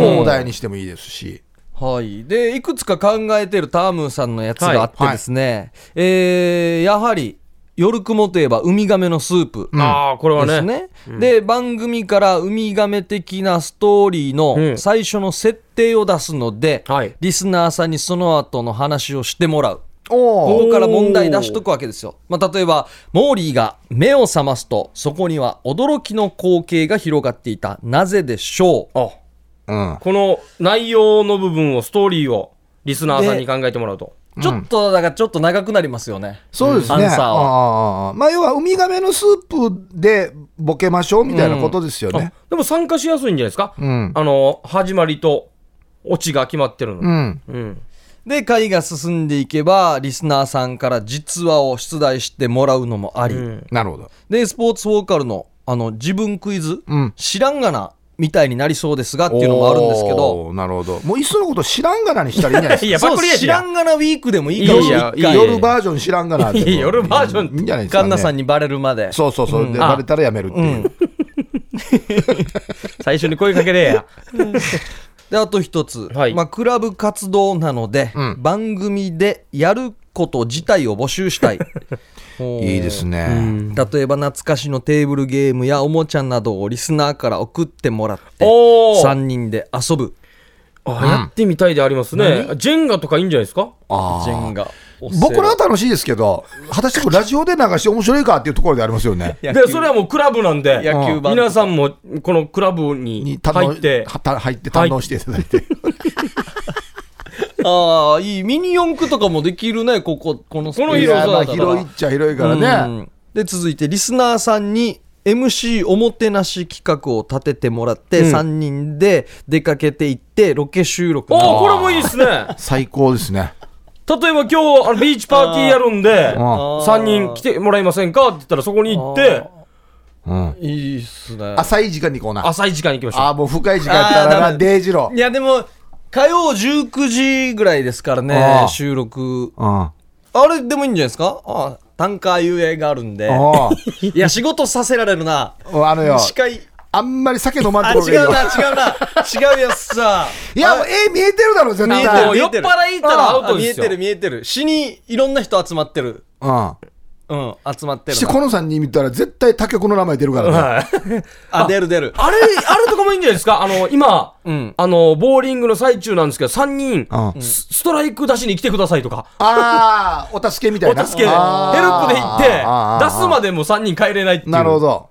Speaker 2: 葉。
Speaker 3: をお題にしてもいいですし、
Speaker 1: はい。で、いくつか考えてるタームーさんのやつがあってですね、えー、やはり、夜雲といえばウミガメのスープ
Speaker 3: ん
Speaker 2: ああ、これは
Speaker 1: です
Speaker 2: ね。
Speaker 1: ね。で、番組からウミガメ的なストーリー
Speaker 2: う
Speaker 1: の
Speaker 2: ん
Speaker 1: 最初の設定を出すので、
Speaker 2: はい
Speaker 1: リスナーさんにその後の話をしてもらう。
Speaker 3: お
Speaker 1: こ
Speaker 3: お
Speaker 1: こから問題出しとくわけですよ。まあ、例えば、モーリーが目を覚ますと、そこには驚きの光景が広がっていた。なぜでしょう
Speaker 2: あ
Speaker 3: うん
Speaker 2: この内容の部分を、ストーリーを、リスナーさんに考えてもらうと。
Speaker 1: ちょっと、だからちょっと長くなりますよね。
Speaker 3: そうですね。
Speaker 1: うんアンサーは
Speaker 3: ああまあ、要はウミガメのスープでボケましょうみたいなことですよね
Speaker 2: あ。でも参加しやすいんじゃないですか。
Speaker 3: うん。
Speaker 2: あの、始まりと、オチが決まってるの
Speaker 3: う
Speaker 2: で。
Speaker 3: ん。
Speaker 2: うん。
Speaker 1: で、会が進んでいけば、リスナーさんから実話を出題してもらうのもあり、
Speaker 2: うん
Speaker 3: なるほど。
Speaker 1: で、スポーツフォーカルの、あの、自分クイズ、
Speaker 3: うん
Speaker 1: 知らんがな、みたいになりそうですがっていうのもあるんですけど、
Speaker 3: おー。なるほど。もういっそのこと知らんがなにしたらいいんじゃない
Speaker 2: い
Speaker 3: で
Speaker 2: や、
Speaker 1: そ
Speaker 2: ば
Speaker 1: う
Speaker 2: っかりや
Speaker 1: 知ら
Speaker 2: ん。
Speaker 1: んがなウィークでも [LAUGHS] いいか
Speaker 3: す
Speaker 1: も
Speaker 3: か。
Speaker 2: い
Speaker 1: しれ
Speaker 2: や
Speaker 1: ない
Speaker 2: や
Speaker 1: 一回
Speaker 3: 夜バージョン知らんがなでも
Speaker 2: いや夜バージョン
Speaker 3: いいんじゃないですか、
Speaker 1: カ
Speaker 3: ね。
Speaker 1: ンナさんにバレるまで。
Speaker 3: そうそうそう。で、
Speaker 2: あ
Speaker 3: バレたらやめるっていう。
Speaker 2: 最初に声かけれや。
Speaker 1: で、あと一つ、
Speaker 2: はい
Speaker 1: まあ、クラブ活動なので、
Speaker 3: ん
Speaker 1: 番組でやること自体を募集したい。おー
Speaker 3: いいですね。
Speaker 1: 例えば懐かしのテーブルゲームやおもちゃなどをリスナーから送ってもらって
Speaker 2: おー
Speaker 1: 3人で遊ぶ
Speaker 2: あやってみたいでありますね。ジェンガとかいいんじゃないですか
Speaker 3: あ
Speaker 1: ジェ
Speaker 3: あ
Speaker 1: ンガオセロ
Speaker 3: 僕らは楽しいですけど、果たしてこれラジオで流して面白いかっていうところでありますよね。
Speaker 1: 野
Speaker 2: で、
Speaker 1: 球
Speaker 2: それはもうクラブなんで、
Speaker 1: 野球版
Speaker 2: 皆さんもこのクラブに
Speaker 3: に堪能
Speaker 2: 入って、
Speaker 3: はた入って堪能していただいて。
Speaker 1: ああいいミニ四駆とかもできるねこここのスペース
Speaker 2: この広さ
Speaker 3: いやまあ
Speaker 1: だったら
Speaker 3: 広いっちゃ広いからね。
Speaker 1: うんで続いてリスナーさんに MC おもてなし企画を立ててもらって、
Speaker 2: うん
Speaker 1: 3人で出かけていってロケ収録
Speaker 2: お
Speaker 1: な
Speaker 2: ー
Speaker 1: ど
Speaker 2: これもいいですね。例え
Speaker 3: 最高ですね。
Speaker 2: ば今日、あのビーチパーティーやるんで、
Speaker 3: あ
Speaker 2: 3人来てもらえませんかって言ったらそこに行って、
Speaker 3: うん。
Speaker 1: いいっすね
Speaker 3: 浅い時間に行こうな。
Speaker 2: 朝一時間に行きましょ
Speaker 3: ああ、もう深い時間やった
Speaker 1: あー
Speaker 3: ら
Speaker 1: ダ
Speaker 3: な、
Speaker 1: メ
Speaker 3: デイジロ
Speaker 1: いやでも火曜19時ぐらいですから
Speaker 3: あ
Speaker 1: ね
Speaker 3: あ
Speaker 1: 収録
Speaker 3: うん。あ
Speaker 1: あれでもいいんじゃないですかああ単価遊泳があるんで
Speaker 3: あ。
Speaker 1: いや仕事させられるな
Speaker 3: あのよ、
Speaker 1: 司会
Speaker 3: あんまり酒飲まん
Speaker 1: あ、
Speaker 3: と
Speaker 1: 違
Speaker 3: ころがいいう
Speaker 1: な、違
Speaker 3: よ
Speaker 1: うな。違うやつさ。
Speaker 3: いや、もう絵見えてるだろ、絶
Speaker 1: 見え
Speaker 3: 対。
Speaker 1: て
Speaker 2: も
Speaker 1: る
Speaker 2: う酔っ払い行ったらアウ
Speaker 1: あ
Speaker 2: ト
Speaker 1: 見
Speaker 2: で
Speaker 1: え
Speaker 2: すよ
Speaker 1: てる、見えてる。死に、いろんな人集まってる。
Speaker 3: う
Speaker 1: うん、集まって
Speaker 3: ん。
Speaker 1: る
Speaker 3: して、
Speaker 1: な。
Speaker 3: この3人見たら絶対他局の名前出るからね。
Speaker 2: はい
Speaker 1: あ、出る出る。
Speaker 2: あれ、あれとかもいいんじゃないですかあの、今、
Speaker 1: うん
Speaker 2: あの、ボーリングの最中なんですけど、3人、
Speaker 3: うん
Speaker 2: スストライク出しに来てくださいとか、
Speaker 3: ああ、お助けみたい
Speaker 2: お
Speaker 3: な。
Speaker 2: 助けで、ヘルプで
Speaker 3: あー
Speaker 2: 行って
Speaker 3: あ、ー
Speaker 2: 出すまでも3人帰れないっていう。
Speaker 3: なるほど。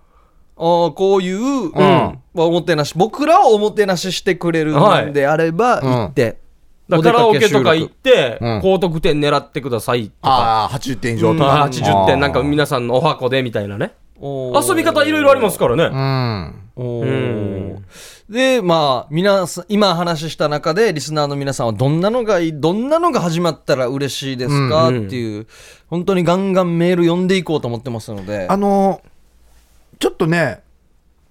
Speaker 1: あーこういう、うんまあおもてなし、僕らをおもてなししてくれるんであれば、
Speaker 3: いうん
Speaker 1: 行って。
Speaker 2: だからカラオケとか行って
Speaker 3: うん、
Speaker 2: 高得点狙ってくださいとか、
Speaker 3: ああ、80点以上と
Speaker 2: ま
Speaker 3: か。
Speaker 2: あ80点なんか
Speaker 3: う
Speaker 2: 皆さんのお箱でみたいなね。
Speaker 1: おー
Speaker 2: 遊び方いろいろありますからね。
Speaker 3: ん。
Speaker 1: お
Speaker 2: う
Speaker 1: ーで、まあ、皆さん、今話した中で、リスナーの皆さんはどんなのがいい、どんなのが始まったら嬉しいですか、
Speaker 2: うんうん
Speaker 1: っていう、本当にガンガンメール読んでいこうと思ってますので。
Speaker 3: あのー、ちょっとね、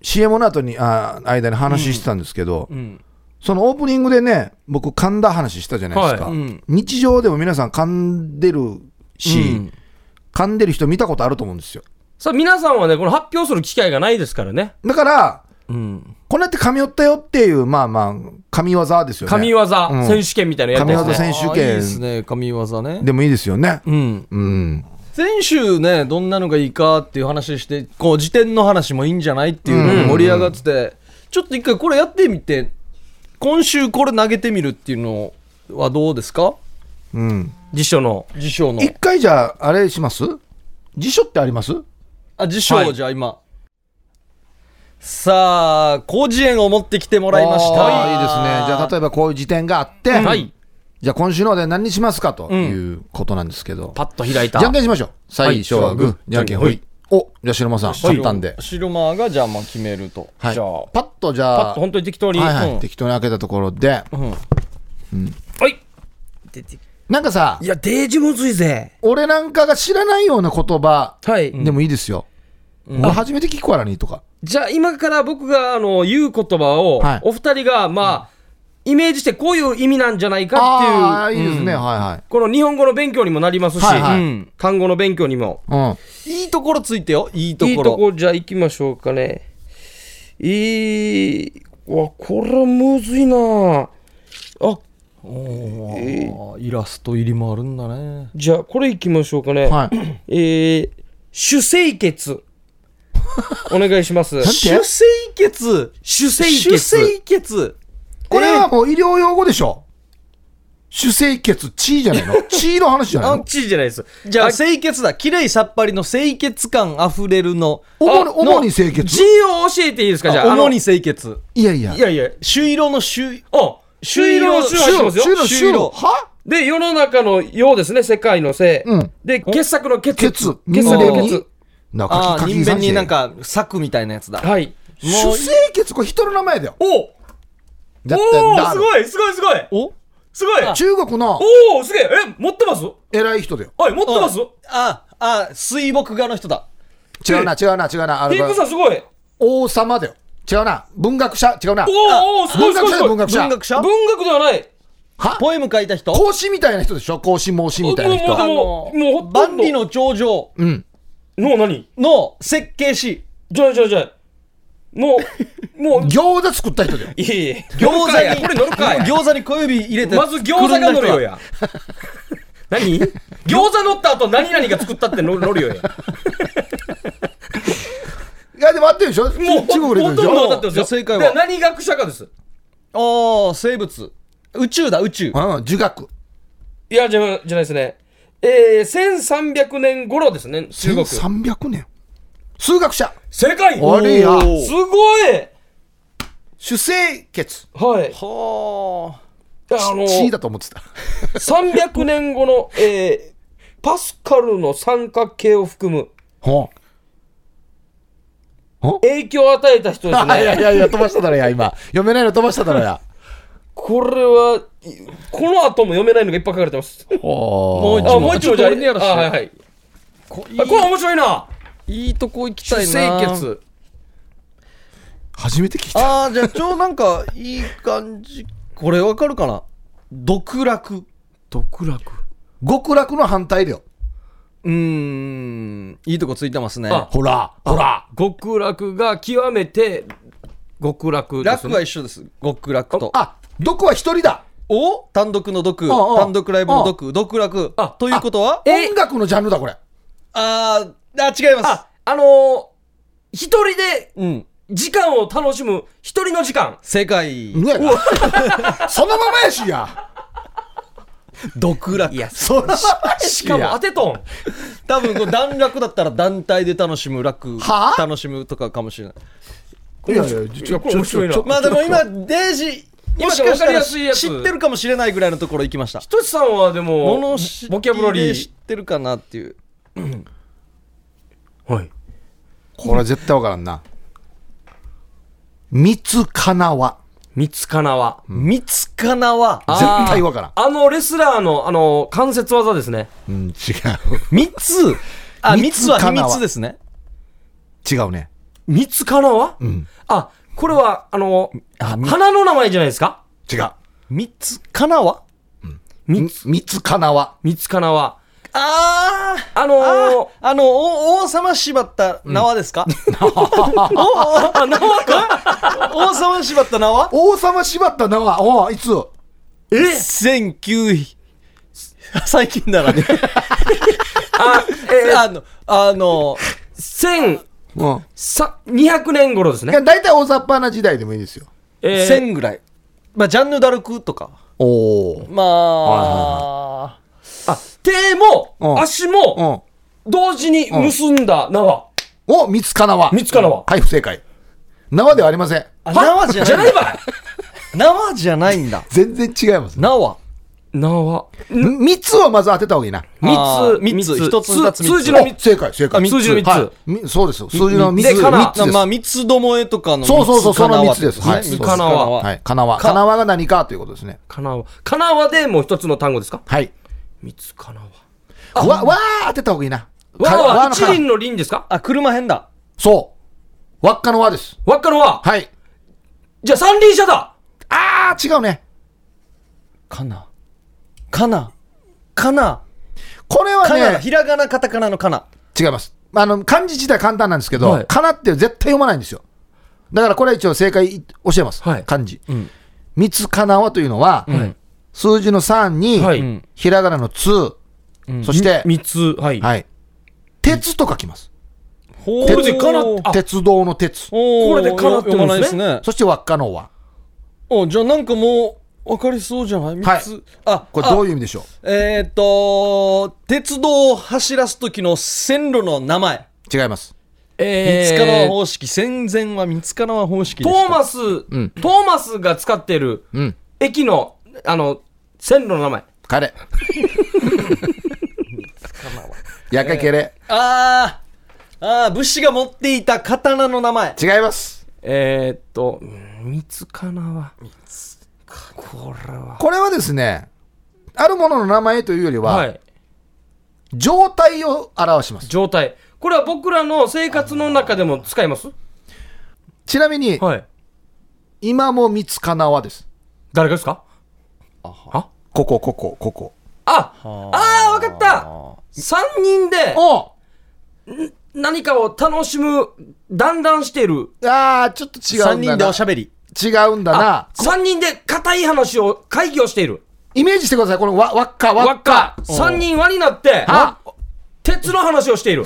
Speaker 3: CM の後に、あー間に話してたんですけど、
Speaker 1: うん。
Speaker 3: そのオープニングでね、僕、噛んだ話したじゃないですか。
Speaker 2: はい
Speaker 1: うん
Speaker 3: 日常でも皆さん噛んでる
Speaker 1: う
Speaker 3: し、
Speaker 1: ん
Speaker 3: 噛んでる人見たことあると思うんですよ。
Speaker 2: さあ皆さんはね、この発表する機会がないですからね。
Speaker 3: だから、
Speaker 1: うん。
Speaker 3: こうやって噛み寄ったよっていう、まあまあ、神業ですよね。
Speaker 2: 神業
Speaker 3: うん
Speaker 2: 選手権みたいなのやつ
Speaker 3: 神
Speaker 2: で
Speaker 3: 業
Speaker 2: す
Speaker 3: 選
Speaker 2: ね。
Speaker 3: 手権
Speaker 1: あーいいですね、神業ね。
Speaker 3: でもいいですよね。
Speaker 1: うん。
Speaker 3: うん。
Speaker 1: 先週ね、どんなのがいいかっていう話して、こう、辞典の話もいいんじゃないっていうの
Speaker 2: うん
Speaker 1: に盛り上がってて、ちょっと一回これやってみて、今週これ投げてみるっていうのはどうですか
Speaker 3: うん。
Speaker 2: 辞書の。
Speaker 1: 辞書の。
Speaker 3: 一回じゃあ、あれします辞書ってあります
Speaker 1: あ、辞書を、
Speaker 2: はい
Speaker 1: じゃあ今。さあ、広辞苑を持ってきてもらいまし
Speaker 3: あ
Speaker 1: た。
Speaker 3: ーいいですね。じゃあ、例えばこういう辞典があって、
Speaker 2: はい。
Speaker 3: じゃあ、今週のお題何にしますかということなんですけど。
Speaker 2: パッと開いた
Speaker 3: じゃ。んけんしましょう。最初はグ
Speaker 2: は
Speaker 3: ー
Speaker 2: い、
Speaker 3: じゃんけんほい。お、じゃあ、白間さん、勝ったんで。
Speaker 1: 白間がじゃあまあ決めると。
Speaker 3: はい。
Speaker 1: じ
Speaker 3: パ
Speaker 1: ゃあ。
Speaker 3: ッとじ
Speaker 2: パ
Speaker 3: ゃ
Speaker 2: ッ
Speaker 3: あ、
Speaker 2: と本当に適当に。
Speaker 3: はいは
Speaker 2: う
Speaker 3: い。
Speaker 2: ん
Speaker 3: 適当に開けたところで、
Speaker 1: うん。
Speaker 2: はい。
Speaker 3: なんかさ
Speaker 2: い、や、デージむずいぜ。
Speaker 3: 俺なんかが知らないような言葉
Speaker 2: はい。
Speaker 3: でもいいですよ。俺初めて聞くからにとか。
Speaker 2: じゃあ今から僕が、あの、言う言葉を
Speaker 3: はい、
Speaker 2: お二人が、まあ、イメージしてこういう意味なんじゃない
Speaker 3: あ
Speaker 2: かっ
Speaker 3: あ、
Speaker 2: ていう、
Speaker 3: いいですね。はいはい。
Speaker 2: この日本語の勉強にもなりますし、
Speaker 3: はいはい
Speaker 1: うん
Speaker 2: 単語の勉強にも。
Speaker 3: うん。
Speaker 1: いいところついてよ。いいと
Speaker 2: いい
Speaker 1: こ
Speaker 2: と
Speaker 1: ろ。
Speaker 2: こじゃあ行きましょうかね。いいうわ、これむずいなあ、
Speaker 1: おーイラスト入りもあるんだね。
Speaker 2: じゃあこれ行きましょうかね。 [CLEARS THROAT]
Speaker 3: はい。
Speaker 2: えー、主清潔。 [LAUGHS] お願いします。
Speaker 1: 主清潔。
Speaker 2: 主清
Speaker 1: 主
Speaker 2: 潔。
Speaker 1: 清潔。
Speaker 3: これはもう医療用語でしょ。主清血、血じゃ
Speaker 2: [LAUGHS]
Speaker 3: ないの。血の話じゃない
Speaker 2: あ
Speaker 3: の
Speaker 2: っ。ちじゃないです。
Speaker 1: じゃあ、
Speaker 2: あ
Speaker 1: 清潔だ。綺麗さっぱりの清潔感あふれるの。
Speaker 3: 主に、
Speaker 2: あ
Speaker 3: 主に清血
Speaker 2: 字。を教えていいですかじゃあ。あの
Speaker 1: 主に清潔。
Speaker 3: いやいや。
Speaker 2: いやいや。
Speaker 1: 朱色の朱。
Speaker 2: あ、朱色の朱入ってますよ。
Speaker 3: 白、白、
Speaker 1: 朱
Speaker 3: 白。
Speaker 1: 色
Speaker 3: は
Speaker 2: で、世の中のようですね、世界のせい。
Speaker 3: うん
Speaker 2: で、傑作の傑。
Speaker 3: 血。
Speaker 2: 傑作の
Speaker 1: 人間
Speaker 2: 傑。
Speaker 3: なん
Speaker 1: あ
Speaker 3: か、
Speaker 1: あ、
Speaker 3: 書き
Speaker 1: 人
Speaker 3: 算
Speaker 1: 弁
Speaker 3: して
Speaker 1: になん。か、柵みたいなやつだ。
Speaker 2: はい。
Speaker 3: 主清血、これ人の名前だよ。
Speaker 2: お
Speaker 3: 絶
Speaker 2: お
Speaker 3: 対
Speaker 2: ーすごいすごいすごい
Speaker 1: お
Speaker 2: すごい
Speaker 3: 中国の
Speaker 2: おおすげええ持ってます
Speaker 3: 偉い人だよ。
Speaker 2: はい持ってます
Speaker 1: あ、あ、水墨画の人だ。
Speaker 3: 違うな、違うな、違うな。あ
Speaker 2: ピ
Speaker 3: れ
Speaker 2: ンクさんすごい
Speaker 3: 王様だよ。違うな。文学者、違うな。
Speaker 2: おおおーすごい
Speaker 3: 文
Speaker 2: すご
Speaker 3: 学者
Speaker 2: いす
Speaker 3: だよ、
Speaker 2: ごい
Speaker 3: 文学
Speaker 1: 文
Speaker 3: 者。
Speaker 1: 学者
Speaker 2: 文学ではない
Speaker 3: は
Speaker 1: ポエム書いた人
Speaker 3: 孔子みたいな人でしょ孔子、孟子みたいな
Speaker 2: もう
Speaker 3: 人。
Speaker 2: もうもうほとんど
Speaker 1: 万里の長城
Speaker 3: うん。
Speaker 2: の何
Speaker 1: の設計士。
Speaker 2: じゃあじゃあじゃあもう [LAUGHS] もう
Speaker 3: 餃子作った人だよ。
Speaker 2: いいいい
Speaker 1: 餃
Speaker 2: 乗る
Speaker 1: 子
Speaker 2: かや
Speaker 1: に、
Speaker 2: これ乗るかや
Speaker 1: 餃子に小指入れて。
Speaker 2: まず餃子が乗るよ。や [LAUGHS] 何餃子乗った後何々が作ったって乗乗るよや
Speaker 3: いや、でもあってるでしょ
Speaker 2: もう
Speaker 3: 中国で言う
Speaker 2: ほと
Speaker 3: んでし
Speaker 2: ど
Speaker 3: ょ
Speaker 2: 分かってますよ
Speaker 1: じゃあ正解は
Speaker 2: で何学者かです
Speaker 1: ああ、生物。宇宙だ、宇宙。
Speaker 3: うん、儒学。
Speaker 2: いやじゃあじゃないですねえー、1300年頃ですね中国
Speaker 3: 1300年。数学者。
Speaker 2: 正解
Speaker 3: あれや。
Speaker 1: お
Speaker 2: すごい
Speaker 3: 主生血。
Speaker 2: はい。
Speaker 1: は
Speaker 2: あの、
Speaker 3: C だと思ってた。
Speaker 2: 300年後の、えー、パスカルの三角形を含む
Speaker 3: ほ
Speaker 2: 影響を与えた人 [LAUGHS] で
Speaker 3: [LAUGHS]
Speaker 2: す
Speaker 3: いやい
Speaker 2: ね。
Speaker 3: やいや、飛ばしただろや、今。読めないの飛ばしただろや。
Speaker 2: これは、いこの後も読めないのがいっぱい書かれてます。
Speaker 1: も
Speaker 3: も
Speaker 1: う一
Speaker 2: あ、もう一
Speaker 1: ちょっと
Speaker 2: 度じゃあ、あ、
Speaker 1: 俺にやらせて
Speaker 2: はいはい。
Speaker 1: あ。こいい
Speaker 2: あ、これ面白いな。
Speaker 1: いいとこ行き
Speaker 2: 主
Speaker 1: たいな。
Speaker 2: 清潔。
Speaker 3: 初めて聞いた。
Speaker 1: ああ、じゃあ、超なんか、いい感じ。これわかるかな独楽。
Speaker 2: 独楽。
Speaker 3: 極楽の反対だよ。
Speaker 1: うーん、いいとこついてますね。
Speaker 2: あ
Speaker 3: ほら、ほら。
Speaker 2: 極楽が極めて極楽です
Speaker 1: 楽
Speaker 2: ね
Speaker 1: は一緒です。極楽と。
Speaker 3: あ、毒は一人だ
Speaker 1: お単独の毒、
Speaker 3: ああ
Speaker 1: 単独ライブの毒、毒楽。
Speaker 2: あ
Speaker 1: ということは
Speaker 2: え
Speaker 3: 音楽のジャンルだ、これ。
Speaker 1: あーあ、違います
Speaker 2: あ。あのー一人で
Speaker 1: うん。
Speaker 2: 時間を楽しむ一人の時間
Speaker 1: 世界、 [LAUGHS]
Speaker 3: ねそのままやしや。
Speaker 1: 毒楽
Speaker 2: い。や
Speaker 3: そのままや
Speaker 2: しかも当てとん
Speaker 1: 多分、こう、段落だったら団体で楽しむ楽、
Speaker 3: はあ
Speaker 1: 楽しむとかかもしれない。
Speaker 3: いやいや、ちょちょ
Speaker 2: これ面白いな
Speaker 3: ちょちょ
Speaker 1: まあでも今、デイジー、
Speaker 2: 今
Speaker 1: もしかした
Speaker 2: わかり
Speaker 1: ら
Speaker 2: やすいやつ
Speaker 1: 知ってるかもしれないぐらいのところ行きました。
Speaker 2: としさんはでも
Speaker 1: 物
Speaker 2: ボ
Speaker 1: 知り
Speaker 2: キャブラリ
Speaker 1: で
Speaker 2: ー
Speaker 1: 知ってるかなっていう。
Speaker 2: はい
Speaker 3: これ絶対わからんな。三つかなわ。
Speaker 2: 三つかなは
Speaker 1: 三つかなは、
Speaker 2: あー
Speaker 3: 絶対わからん。
Speaker 2: あのレスラーのあの関節技ですね
Speaker 3: うん、違う。
Speaker 1: 三つ、あ、
Speaker 3: 三
Speaker 1: 三
Speaker 3: つ
Speaker 1: つ
Speaker 3: か
Speaker 1: は
Speaker 3: なは
Speaker 1: 秘密ですね。
Speaker 3: 違うね。
Speaker 2: 三つかなは、
Speaker 3: ん
Speaker 2: あこれはあの
Speaker 1: あみ
Speaker 2: 花の名前じゃないですか
Speaker 3: 違う。
Speaker 1: 三つかなは
Speaker 3: み三つかなわ。
Speaker 2: 三つかなは
Speaker 1: あー
Speaker 2: あのー
Speaker 1: あ、あの、お王様縛った縄ですか、
Speaker 2: あ縄か
Speaker 1: 王様縛った縄
Speaker 3: 王様縛った名は、おういつ
Speaker 1: え ?1900、最近だ [LAUGHS] な。
Speaker 2: あ、え
Speaker 1: [LAUGHS]
Speaker 2: ー、
Speaker 1: あの、あの、
Speaker 2: 千
Speaker 3: うん。
Speaker 2: さ200年頃です
Speaker 3: い
Speaker 2: ね
Speaker 3: や、大体大雑把な時代でもいいですよ。
Speaker 2: えー、
Speaker 1: 1000ぐらい。まあ、ジャンヌ・ダルクとか。
Speaker 3: おお。
Speaker 1: まあ、
Speaker 2: あ手も
Speaker 3: うん
Speaker 2: 足
Speaker 3: う
Speaker 2: も
Speaker 3: ん。
Speaker 2: 同時に結んだ縄
Speaker 3: お、三つかなわ。
Speaker 2: 三つかなは
Speaker 3: はい、不正解。縄ではありません。
Speaker 1: あ縄じゃ
Speaker 2: じゃ
Speaker 1: な
Speaker 2: ないい。ばい
Speaker 1: 縄じゃないんだ。
Speaker 3: 全然違います。
Speaker 1: 縄。
Speaker 2: 縄
Speaker 3: 三つはまず当てた方がいいな。
Speaker 1: あー
Speaker 2: 三
Speaker 1: 三
Speaker 2: つ
Speaker 1: つ一つ二つ三つ
Speaker 2: 数字の三
Speaker 3: お
Speaker 2: つ
Speaker 3: 正解、正
Speaker 1: あ
Speaker 3: 解。
Speaker 1: 三つ
Speaker 2: 数字の三つ、
Speaker 3: はいみそうです。数字の三つ。
Speaker 2: でかな
Speaker 3: 三つです
Speaker 1: まあ、三つどもえとかの
Speaker 3: そうそうそ
Speaker 1: 三
Speaker 3: う
Speaker 1: つかなわ
Speaker 3: その三つですは
Speaker 1: 三
Speaker 3: い
Speaker 1: つ
Speaker 2: そうです
Speaker 3: はい。かなわ。かなわが何かということですね。
Speaker 2: かなわかなわでもう一つの単語ですか
Speaker 3: はい。
Speaker 2: 三つかなわ
Speaker 3: わ、わー当てた方がいいな。か
Speaker 2: わは
Speaker 3: の
Speaker 2: 一
Speaker 3: か
Speaker 2: 輪の輪ですか
Speaker 1: あ、車編だ。
Speaker 3: そう。輪っかの輪です。
Speaker 2: 輪っかの輪
Speaker 3: はい。
Speaker 2: じゃあ三輪車だ
Speaker 3: あー、違うね。
Speaker 1: かな。かな。かな。
Speaker 3: これは
Speaker 1: かなだ。
Speaker 3: ね
Speaker 1: ひ、らがな、カタカナのかな。
Speaker 3: 違います。あの、漢字自体簡単なんですけど、
Speaker 2: はい
Speaker 3: かなって絶対読まないんですよ。だからこれ一応正解教えます。
Speaker 2: はい
Speaker 3: 漢字。三つかなわというのは、数字の3に、
Speaker 2: はい
Speaker 1: うん
Speaker 3: ひらがなの2、そして、
Speaker 2: 三つはい
Speaker 3: はい。鉄と書きます。
Speaker 1: ほ
Speaker 2: これでかなあ
Speaker 3: 鉄道の鉄。
Speaker 1: こ
Speaker 2: これでかなってことですね
Speaker 1: ね。
Speaker 3: そして輪っかの輪。
Speaker 1: おじゃあなんかもう、わかりそうじゃない
Speaker 3: は
Speaker 1: 三
Speaker 3: い
Speaker 1: つ。あ、
Speaker 3: これど
Speaker 1: い
Speaker 3: う
Speaker 1: う
Speaker 3: いう意味でしょ
Speaker 1: えーっと、鉄道を走らす時の線路の名前。
Speaker 3: う違います。
Speaker 1: 三
Speaker 2: え
Speaker 1: つ
Speaker 2: ー
Speaker 1: かな方式。戦前は三つかな方式で
Speaker 2: ト
Speaker 1: した。
Speaker 2: ーマス
Speaker 3: ん
Speaker 2: トーマスが使ってる
Speaker 3: うん。
Speaker 2: 駅のあの線路の名前
Speaker 3: 彼。やかけれ。
Speaker 1: あー、あー、武士が持っていた刀の名前。
Speaker 3: 違います。
Speaker 2: えーっとうん三つかなわこれは
Speaker 3: これはですね、あるものの名前というよりは、
Speaker 2: はい
Speaker 3: 状態を表します。
Speaker 2: 状態これは僕らの生活の中でも使います
Speaker 3: ちなみに、
Speaker 2: はい
Speaker 3: 今も三つかなわです。
Speaker 2: 誰がですかあ
Speaker 3: ここ、ここ、ここ。
Speaker 2: ああーわかった3人で
Speaker 3: お
Speaker 2: 何かを楽しむ談談している
Speaker 3: ああ、ちょっと違う
Speaker 1: 三
Speaker 3: ん
Speaker 1: 人
Speaker 3: だ
Speaker 1: でお
Speaker 3: な。
Speaker 1: しゃべり。
Speaker 3: 違うんだな。
Speaker 2: 3人で固い話を会議をしている
Speaker 3: イメージしてください。この輪輪っか、輪
Speaker 2: 輪
Speaker 3: っ
Speaker 2: っ
Speaker 3: か
Speaker 2: か。3人輪になって
Speaker 3: あ
Speaker 2: 鉄の話をしている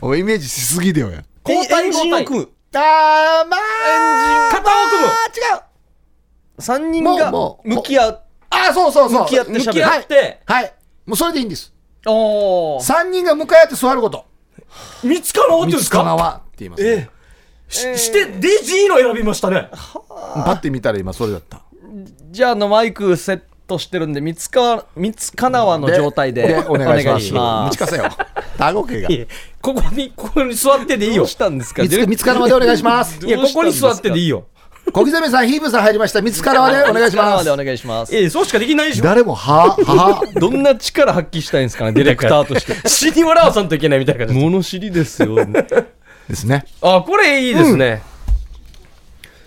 Speaker 3: お前イメージしすぎだよ。
Speaker 1: 交代
Speaker 2: 交代
Speaker 1: 人を組む。
Speaker 3: あー、まあ。
Speaker 2: 肩を組む
Speaker 3: あー、違う。
Speaker 1: 三人が
Speaker 3: もうもう
Speaker 1: 向き合う。
Speaker 3: あー、そうそうそう。
Speaker 1: 向き合ってしゃべ
Speaker 2: 向き
Speaker 1: る。
Speaker 2: 合って
Speaker 3: はい。もうそれでいいんです。
Speaker 1: おー。
Speaker 3: 3人が向かい合って座ること。
Speaker 2: 三つかなおっていうんです
Speaker 3: かな
Speaker 2: か
Speaker 3: わって言います、ね。
Speaker 2: しして DG の選びましたね
Speaker 3: パッて見たら今それだった。
Speaker 1: じゃああのマイクセットしてるんで、三つか、三つかなわの状態で
Speaker 3: お願い
Speaker 1: お
Speaker 3: します。
Speaker 1: 願いし
Speaker 3: 持ちかせよ。タゴケが。
Speaker 2: ここにここに座ってでいい
Speaker 1: ど
Speaker 2: よ
Speaker 1: うしたんですか
Speaker 3: 三つか、三つかなわでお願いします。
Speaker 2: いやここに座ってでいいよ
Speaker 3: 小刻みさん、ヒーブさん入りました。三つかなわでお願い
Speaker 1: 三
Speaker 3: し
Speaker 1: つかな
Speaker 3: ま
Speaker 1: わ
Speaker 3: す
Speaker 1: で。お願いします。
Speaker 2: えそうしかできないでしょ
Speaker 3: 誰も、は、は、
Speaker 1: どんな力発揮したいんですかね、ディレクターとして。
Speaker 2: 死に笑わさんといけないみたいな感じ
Speaker 1: 物知りですよ。
Speaker 3: ですね。
Speaker 2: あこれいいですね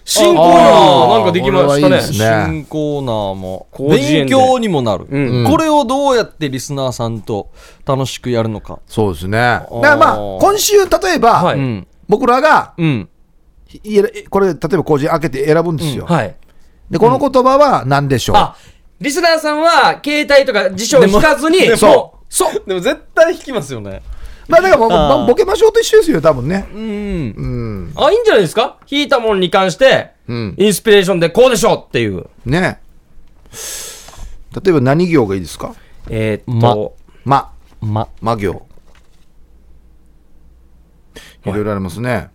Speaker 2: 新コーナーなんかできま
Speaker 3: あー
Speaker 2: し
Speaker 3: こ
Speaker 2: た
Speaker 3: れはいい
Speaker 2: ね
Speaker 3: ですね
Speaker 1: 新コーナーも
Speaker 2: 広辞苑
Speaker 1: 勉
Speaker 2: で
Speaker 1: 強にもなる、
Speaker 2: うん
Speaker 1: これをどうやってリスナーさんと楽しくやるのか。
Speaker 3: そうですね。だからまあ、今週、例えば、
Speaker 2: はい
Speaker 1: うん。
Speaker 3: 僕らが、
Speaker 1: うん。
Speaker 3: いえこれ、例えば工事開けて選ぶんですよ。
Speaker 2: はい。
Speaker 3: で、この言葉は何でしょう、
Speaker 2: あ、リスナーさんは、携帯とか辞書を
Speaker 1: でも
Speaker 2: 引かずに、
Speaker 1: でも
Speaker 2: そう。そう。
Speaker 1: でも絶対引きますよね
Speaker 3: まあだからもう
Speaker 1: あー
Speaker 3: まあボケましょうと一緒ですよ、多分ね。
Speaker 1: うん
Speaker 3: うん。
Speaker 2: あ、いいんじゃないですか引いたものに関して、
Speaker 3: うん。
Speaker 2: インスピレーションでこうでしょうっていう。
Speaker 3: ね例えば何行がいいですか
Speaker 2: えーっ
Speaker 1: ま
Speaker 2: と、
Speaker 3: ま、
Speaker 1: ま
Speaker 3: ま行。いろいろありますね。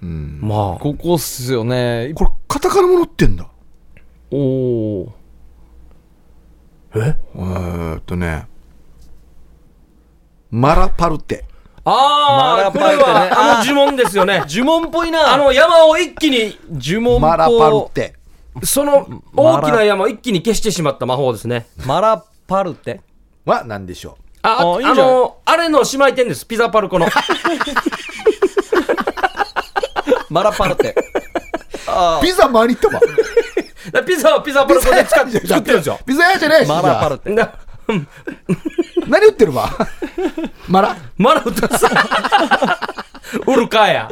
Speaker 2: まあ、
Speaker 1: ここっすよね
Speaker 3: これ、カタカナも載ってんだ。
Speaker 1: おお
Speaker 3: えーっとね。マラパルテ。
Speaker 2: ああ、こ
Speaker 1: マラパ
Speaker 2: れ
Speaker 1: ルテね。
Speaker 2: は、あの呪文ですよね
Speaker 1: [LAUGHS] 呪文っぽいな
Speaker 2: あの山を一気に、
Speaker 1: 呪文っぽ
Speaker 3: マラパルテ。
Speaker 2: その大きな山を一気に消してしまった魔法ですね。
Speaker 1: マラパルテ
Speaker 3: は何でしょ
Speaker 2: あ、あ
Speaker 1: あいい
Speaker 2: あ
Speaker 1: んじゃない
Speaker 2: の、あれの姉妹店です。ピザパル
Speaker 1: [LAUGHS]
Speaker 2: コの。
Speaker 1: マラパルテ
Speaker 3: うピザ回りってば。
Speaker 2: ピザはピザパルコで使って作ってるんですよ。
Speaker 3: ピザ屋じゃないし。
Speaker 1: マラパルテ
Speaker 2: な
Speaker 3: ピザ何言ってるわ。マラ。
Speaker 2: マラウタ
Speaker 1: [LAUGHS]
Speaker 2: さん。ウルカや。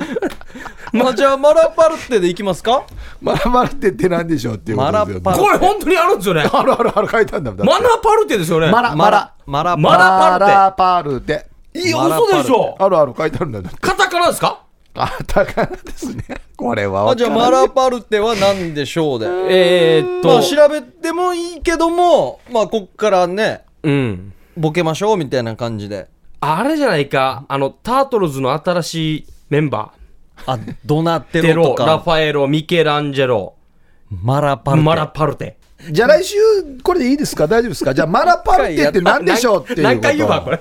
Speaker 1: まあじゃあマラパルテでいきますか
Speaker 3: マラパルテって何でしょうっていうことですよね
Speaker 1: マラパル
Speaker 2: これ本当にあるんですよね。
Speaker 3: あるあるある書いてあるんだもんだって
Speaker 2: マナパルテですよね。
Speaker 3: マラマラ
Speaker 1: マラ
Speaker 2: マラパル
Speaker 3: マ
Speaker 2: テ
Speaker 3: ラパルテ
Speaker 2: いや、
Speaker 1: マラパルテ
Speaker 2: 嘘でしょ。
Speaker 3: あるある書いてあるんだよだって
Speaker 2: カタカナですか
Speaker 3: あたかな [LAUGHS] ですねこれは
Speaker 1: あじゃあマラパルテは何でしょうで
Speaker 2: えーっ
Speaker 1: ま
Speaker 2: と
Speaker 1: あ、調べてもいいけどもまあこっからね
Speaker 2: うん。
Speaker 1: ボケましょうみたいな感じで
Speaker 2: あれじゃないか。あの、タートルズの新しいメンバ
Speaker 1: あドナテ
Speaker 2: ー。 [LAUGHS] テ
Speaker 1: ロ
Speaker 2: ロ
Speaker 1: と、
Speaker 2: ラ
Speaker 1: か
Speaker 2: ファエロ、ミケランジェロ、
Speaker 1: マラパルテ
Speaker 2: マラパルテ。
Speaker 3: じゃあ来週これでいいですか大丈夫ですかじゃあマラパルテって何でしょうっていうこと
Speaker 2: 何回言うわ、これ。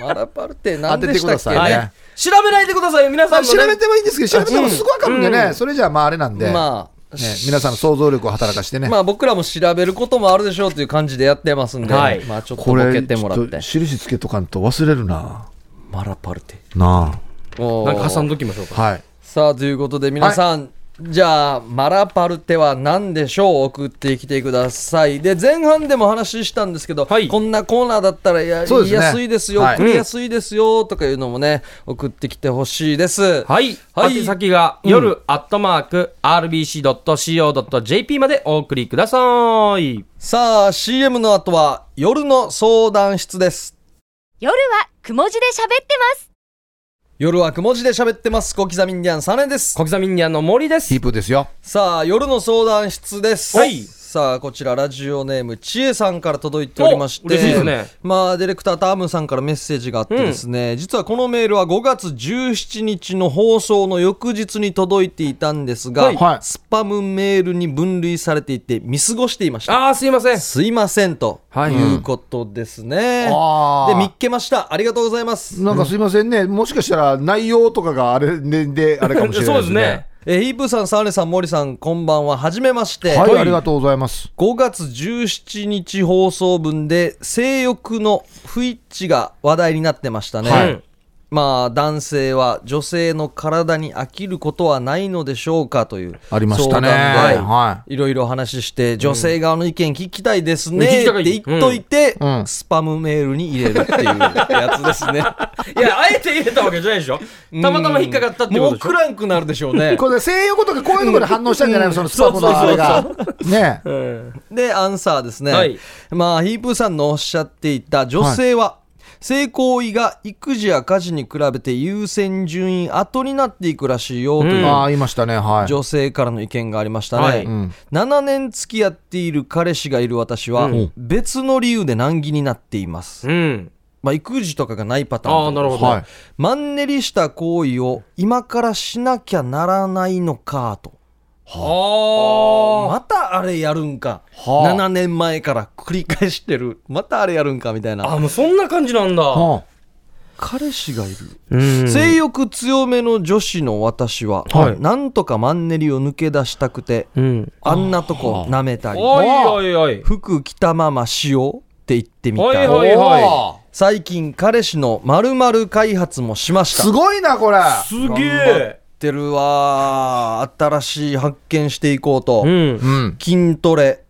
Speaker 1: マラパルテ何でした
Speaker 3: 当ててくだ
Speaker 1: っけ
Speaker 3: さ
Speaker 1: ね
Speaker 3: い
Speaker 2: は
Speaker 3: ね
Speaker 2: い。調べないでくださいよ、皆
Speaker 3: ま
Speaker 2: さ
Speaker 3: あ
Speaker 2: ん
Speaker 3: 調
Speaker 2: もね
Speaker 3: べ。てもいいんですけど調べてもすぐわかるんでねそれじゃあまああれなんで
Speaker 1: まあ、
Speaker 3: ね皆さんの想像力を働かしてね
Speaker 1: まあ僕らも調べることもあるでしょうっていう感じでやってますんで、
Speaker 2: はい
Speaker 1: まあちょっと
Speaker 3: こ
Speaker 1: ボ
Speaker 3: れ
Speaker 1: ケてもらっ
Speaker 3: ちょ
Speaker 1: て
Speaker 3: と印つけとかんと忘れるな
Speaker 1: マラパルテ
Speaker 3: な
Speaker 1: お
Speaker 2: なん
Speaker 1: ー
Speaker 2: か挟んどきましょう
Speaker 3: あ
Speaker 2: か。
Speaker 3: はい
Speaker 1: さあということで皆さん、じゃあマラパルテは何でしょう送ってきてくださいで前半でも話したんですけど、
Speaker 2: はい
Speaker 1: こんなコーナーだったらや、
Speaker 3: そう
Speaker 1: 言い
Speaker 3: ですね
Speaker 1: やすいですよ、
Speaker 3: はい
Speaker 1: 送りやすいですよとかいうのもね送ってきてほしいです
Speaker 2: はい。
Speaker 1: はい
Speaker 2: 宛先が、夜、アットマーク、rbc.co.jp までお送りください。
Speaker 1: さあ CM の後は夜の相談室です
Speaker 4: 夜はくも字で喋ってます。
Speaker 1: 夜はくも字で喋ってます小刻みインディアンサネです
Speaker 2: 小刻みにあの森です
Speaker 3: ヒ。ープですよ
Speaker 1: さあ夜の相談室です、
Speaker 2: はい
Speaker 1: さあこちらラジオネームちえさんから届いておりまして
Speaker 2: お嬉しいですね
Speaker 1: まあ、ディレクタータームさんからメッセージがあってですね、実はこのメールは5月17日の放送の翌日に届いていたんですが、
Speaker 3: はいはい
Speaker 1: スパムメールに分類されていて見過ごしていました
Speaker 2: ああ、すいません。
Speaker 1: すいませんと
Speaker 2: はい
Speaker 1: いうことですね、
Speaker 3: あ
Speaker 1: で
Speaker 3: ー
Speaker 1: 見っけましたありがとうございます
Speaker 3: なんかすいませんねもしかしたら内容とかがあれでであれかもし [LAUGHS] れない
Speaker 2: そうですね。
Speaker 1: えーヒープーさん、サーネさん、森さん、こんばんは。はじめまして。
Speaker 3: はいありがとうございます
Speaker 1: 5月17日放送分で性欲の不一致が話題になってましたね、
Speaker 2: はい
Speaker 1: まあ男性は女性の体に飽きることはないのでしょうかという
Speaker 3: ありましたね
Speaker 1: 相談で、
Speaker 3: はいはい
Speaker 1: ろいろお話しして女性側の意見聞きたいですね
Speaker 2: うん
Speaker 1: って言っといて、
Speaker 3: うんうん
Speaker 1: スパムメールに入れるっていうやつですね
Speaker 2: いや、あえて入れたわけじゃないでしょ。 [LAUGHS] たまたま引っかかったってこ
Speaker 1: も
Speaker 2: と
Speaker 1: う
Speaker 2: でしょ
Speaker 1: ク。ランクなるでしょうね
Speaker 3: [LAUGHS] これ性欲とかこういうところで反応したんじゃないのそのスパムのあれがねえ
Speaker 1: で、アンサーですね。
Speaker 2: はい
Speaker 1: まあ、ヒープーさんのおっしゃっていた女性は、性行為が育児や家事に比べて優先順位後になっていくらしいよという、
Speaker 3: ああ言いましたねはい
Speaker 1: 女性からの意見がありましたね、
Speaker 2: はいうん
Speaker 1: 7年付き合っている彼氏がいる私は、
Speaker 2: うん
Speaker 1: 別の理由で難儀になっています、
Speaker 2: うん。
Speaker 1: まあ、育児とかがないパターン
Speaker 2: ああ、なるほど。
Speaker 3: はい
Speaker 1: マンネリした行為を今からしなきゃならないのかと
Speaker 2: はあ。
Speaker 1: またあれやるんか、
Speaker 3: はあ
Speaker 1: 7年前から繰り返してる [LAUGHS] またあれやるんかみたいな
Speaker 2: あ、もうそんな感じなんだ。
Speaker 3: は
Speaker 1: 彼氏がいる、
Speaker 2: うん
Speaker 1: 性欲強めの女子の私は、
Speaker 2: はい
Speaker 1: なんとかマンネリを抜け出したくて
Speaker 2: うん。
Speaker 1: あんなとこ舐めたり
Speaker 2: おいおいおい。
Speaker 1: 服着たまましようって言ってみた
Speaker 2: はい
Speaker 1: り、
Speaker 3: あ
Speaker 2: はいは
Speaker 1: 最近彼氏の〇〇開発もしました
Speaker 3: すごいなこれ
Speaker 2: すげえ。
Speaker 1: ってるわー新しい発見していこうと、
Speaker 2: ん。
Speaker 3: うん
Speaker 1: 筋トレ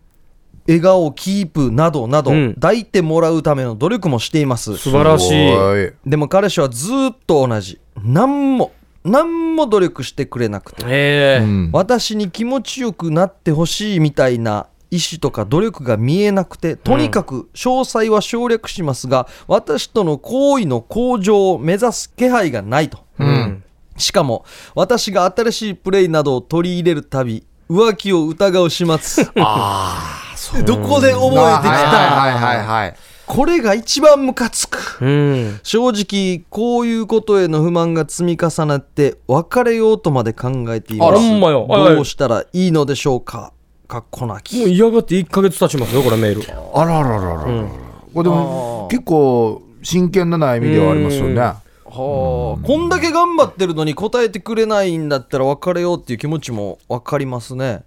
Speaker 1: 笑顔キープなどなど、
Speaker 2: うん
Speaker 1: 抱いてもらうための努力もしています
Speaker 2: 素晴らしい。
Speaker 3: すごい
Speaker 1: でも彼氏はずーっと同じ何も何も努力してくれなくて
Speaker 2: ええ
Speaker 3: うん
Speaker 1: 私に気持ちよくなってほしいみたいな意思とか努力が見えなくてとにかく詳細は省略しますが、私との行為の向上を目指す気配がないと、
Speaker 2: うん。
Speaker 1: しかも私が新しいプレイなどを取り入れるたび浮気を疑う始末
Speaker 3: ああ、 [LAUGHS] そう。
Speaker 1: どこで覚えてきた
Speaker 3: はいはいはいはい。
Speaker 1: これが一番ムカつく
Speaker 2: うん。
Speaker 1: 正直こういうことへの不満が積み重なって別れようとまで考えています
Speaker 2: あらほんまよはいはい
Speaker 1: どうしたらいいのでしょうかかっこなき
Speaker 2: もう嫌がって1ヶ月経ちますよ、これメール。
Speaker 3: あらららららら。これでも結構真剣な悩みではありますよね。
Speaker 1: はあ、こんだけ頑張ってるのに答えてくれないんだったら別れようっていう気持ちも分かりますね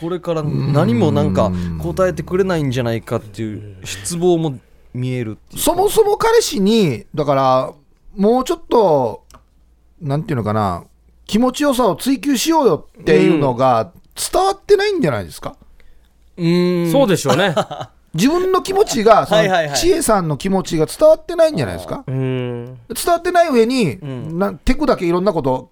Speaker 1: これから何もなんか答えてくれないんじゃないかっていう失望も見えるっていう
Speaker 3: そもそも彼氏に、だから、もうちょっと、なんていうのかな、気持ちよさを追求しようよっていうのが伝わってないんじゃないですか。
Speaker 2: そうでしょうね。
Speaker 3: 自分の気持ちが、その
Speaker 1: はいはいはい
Speaker 3: 千恵さんの気持ちが伝わってないんじゃないですか。
Speaker 2: うん。
Speaker 3: 伝わってない上に、なテクだけいろんなこと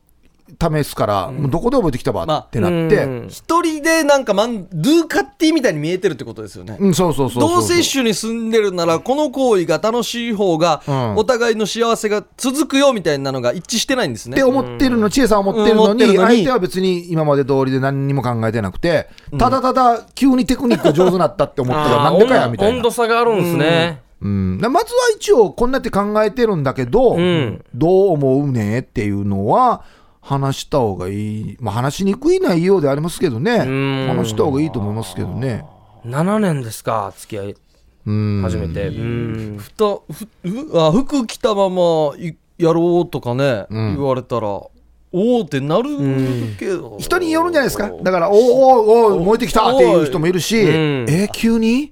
Speaker 3: 試すから、もうどこで覚えてきたば
Speaker 1: まあ
Speaker 3: ってなっ
Speaker 2: うん
Speaker 3: て、
Speaker 1: 一人でなんかマンドゥーカッティみたいに見えてるってことですよね
Speaker 3: うん、そうそうそうそう
Speaker 1: 同性種に住んでるならこの行為が楽しい方が
Speaker 3: うん
Speaker 1: お互いの幸せが続くよみたいなのが一致してないんです
Speaker 3: っ
Speaker 1: ね
Speaker 3: て思ってるの、千恵さん思ってるのに、
Speaker 1: うん思ってるのに
Speaker 3: 相手は別に今まで通りで何にも考えてなくて、ただただ急にテクニック上手になったって思ったら、
Speaker 2: あ
Speaker 3: なんでかやみ
Speaker 2: ー
Speaker 3: たい
Speaker 2: 温温
Speaker 3: な
Speaker 2: 度。差があるんですね。
Speaker 3: うん、だからまずは一応、こんなって考えてるんだけど、
Speaker 2: ん
Speaker 3: どう思うねっていうのは、話した方がいい、まあ、話しにくい内容ではありますけどね、
Speaker 2: ん
Speaker 3: 話した方がいいと思いますけどね。
Speaker 2: 7年ですか、付き合い
Speaker 3: うん
Speaker 2: 始めて。うん。
Speaker 1: ふたふふあ服着たままいやろうとかね、
Speaker 3: ん
Speaker 1: 言われたらおおってなるけど、
Speaker 3: 人によるんじゃないですかだから、おーおーおー燃えてきたっていう人もいるし、
Speaker 2: ん
Speaker 3: えー急に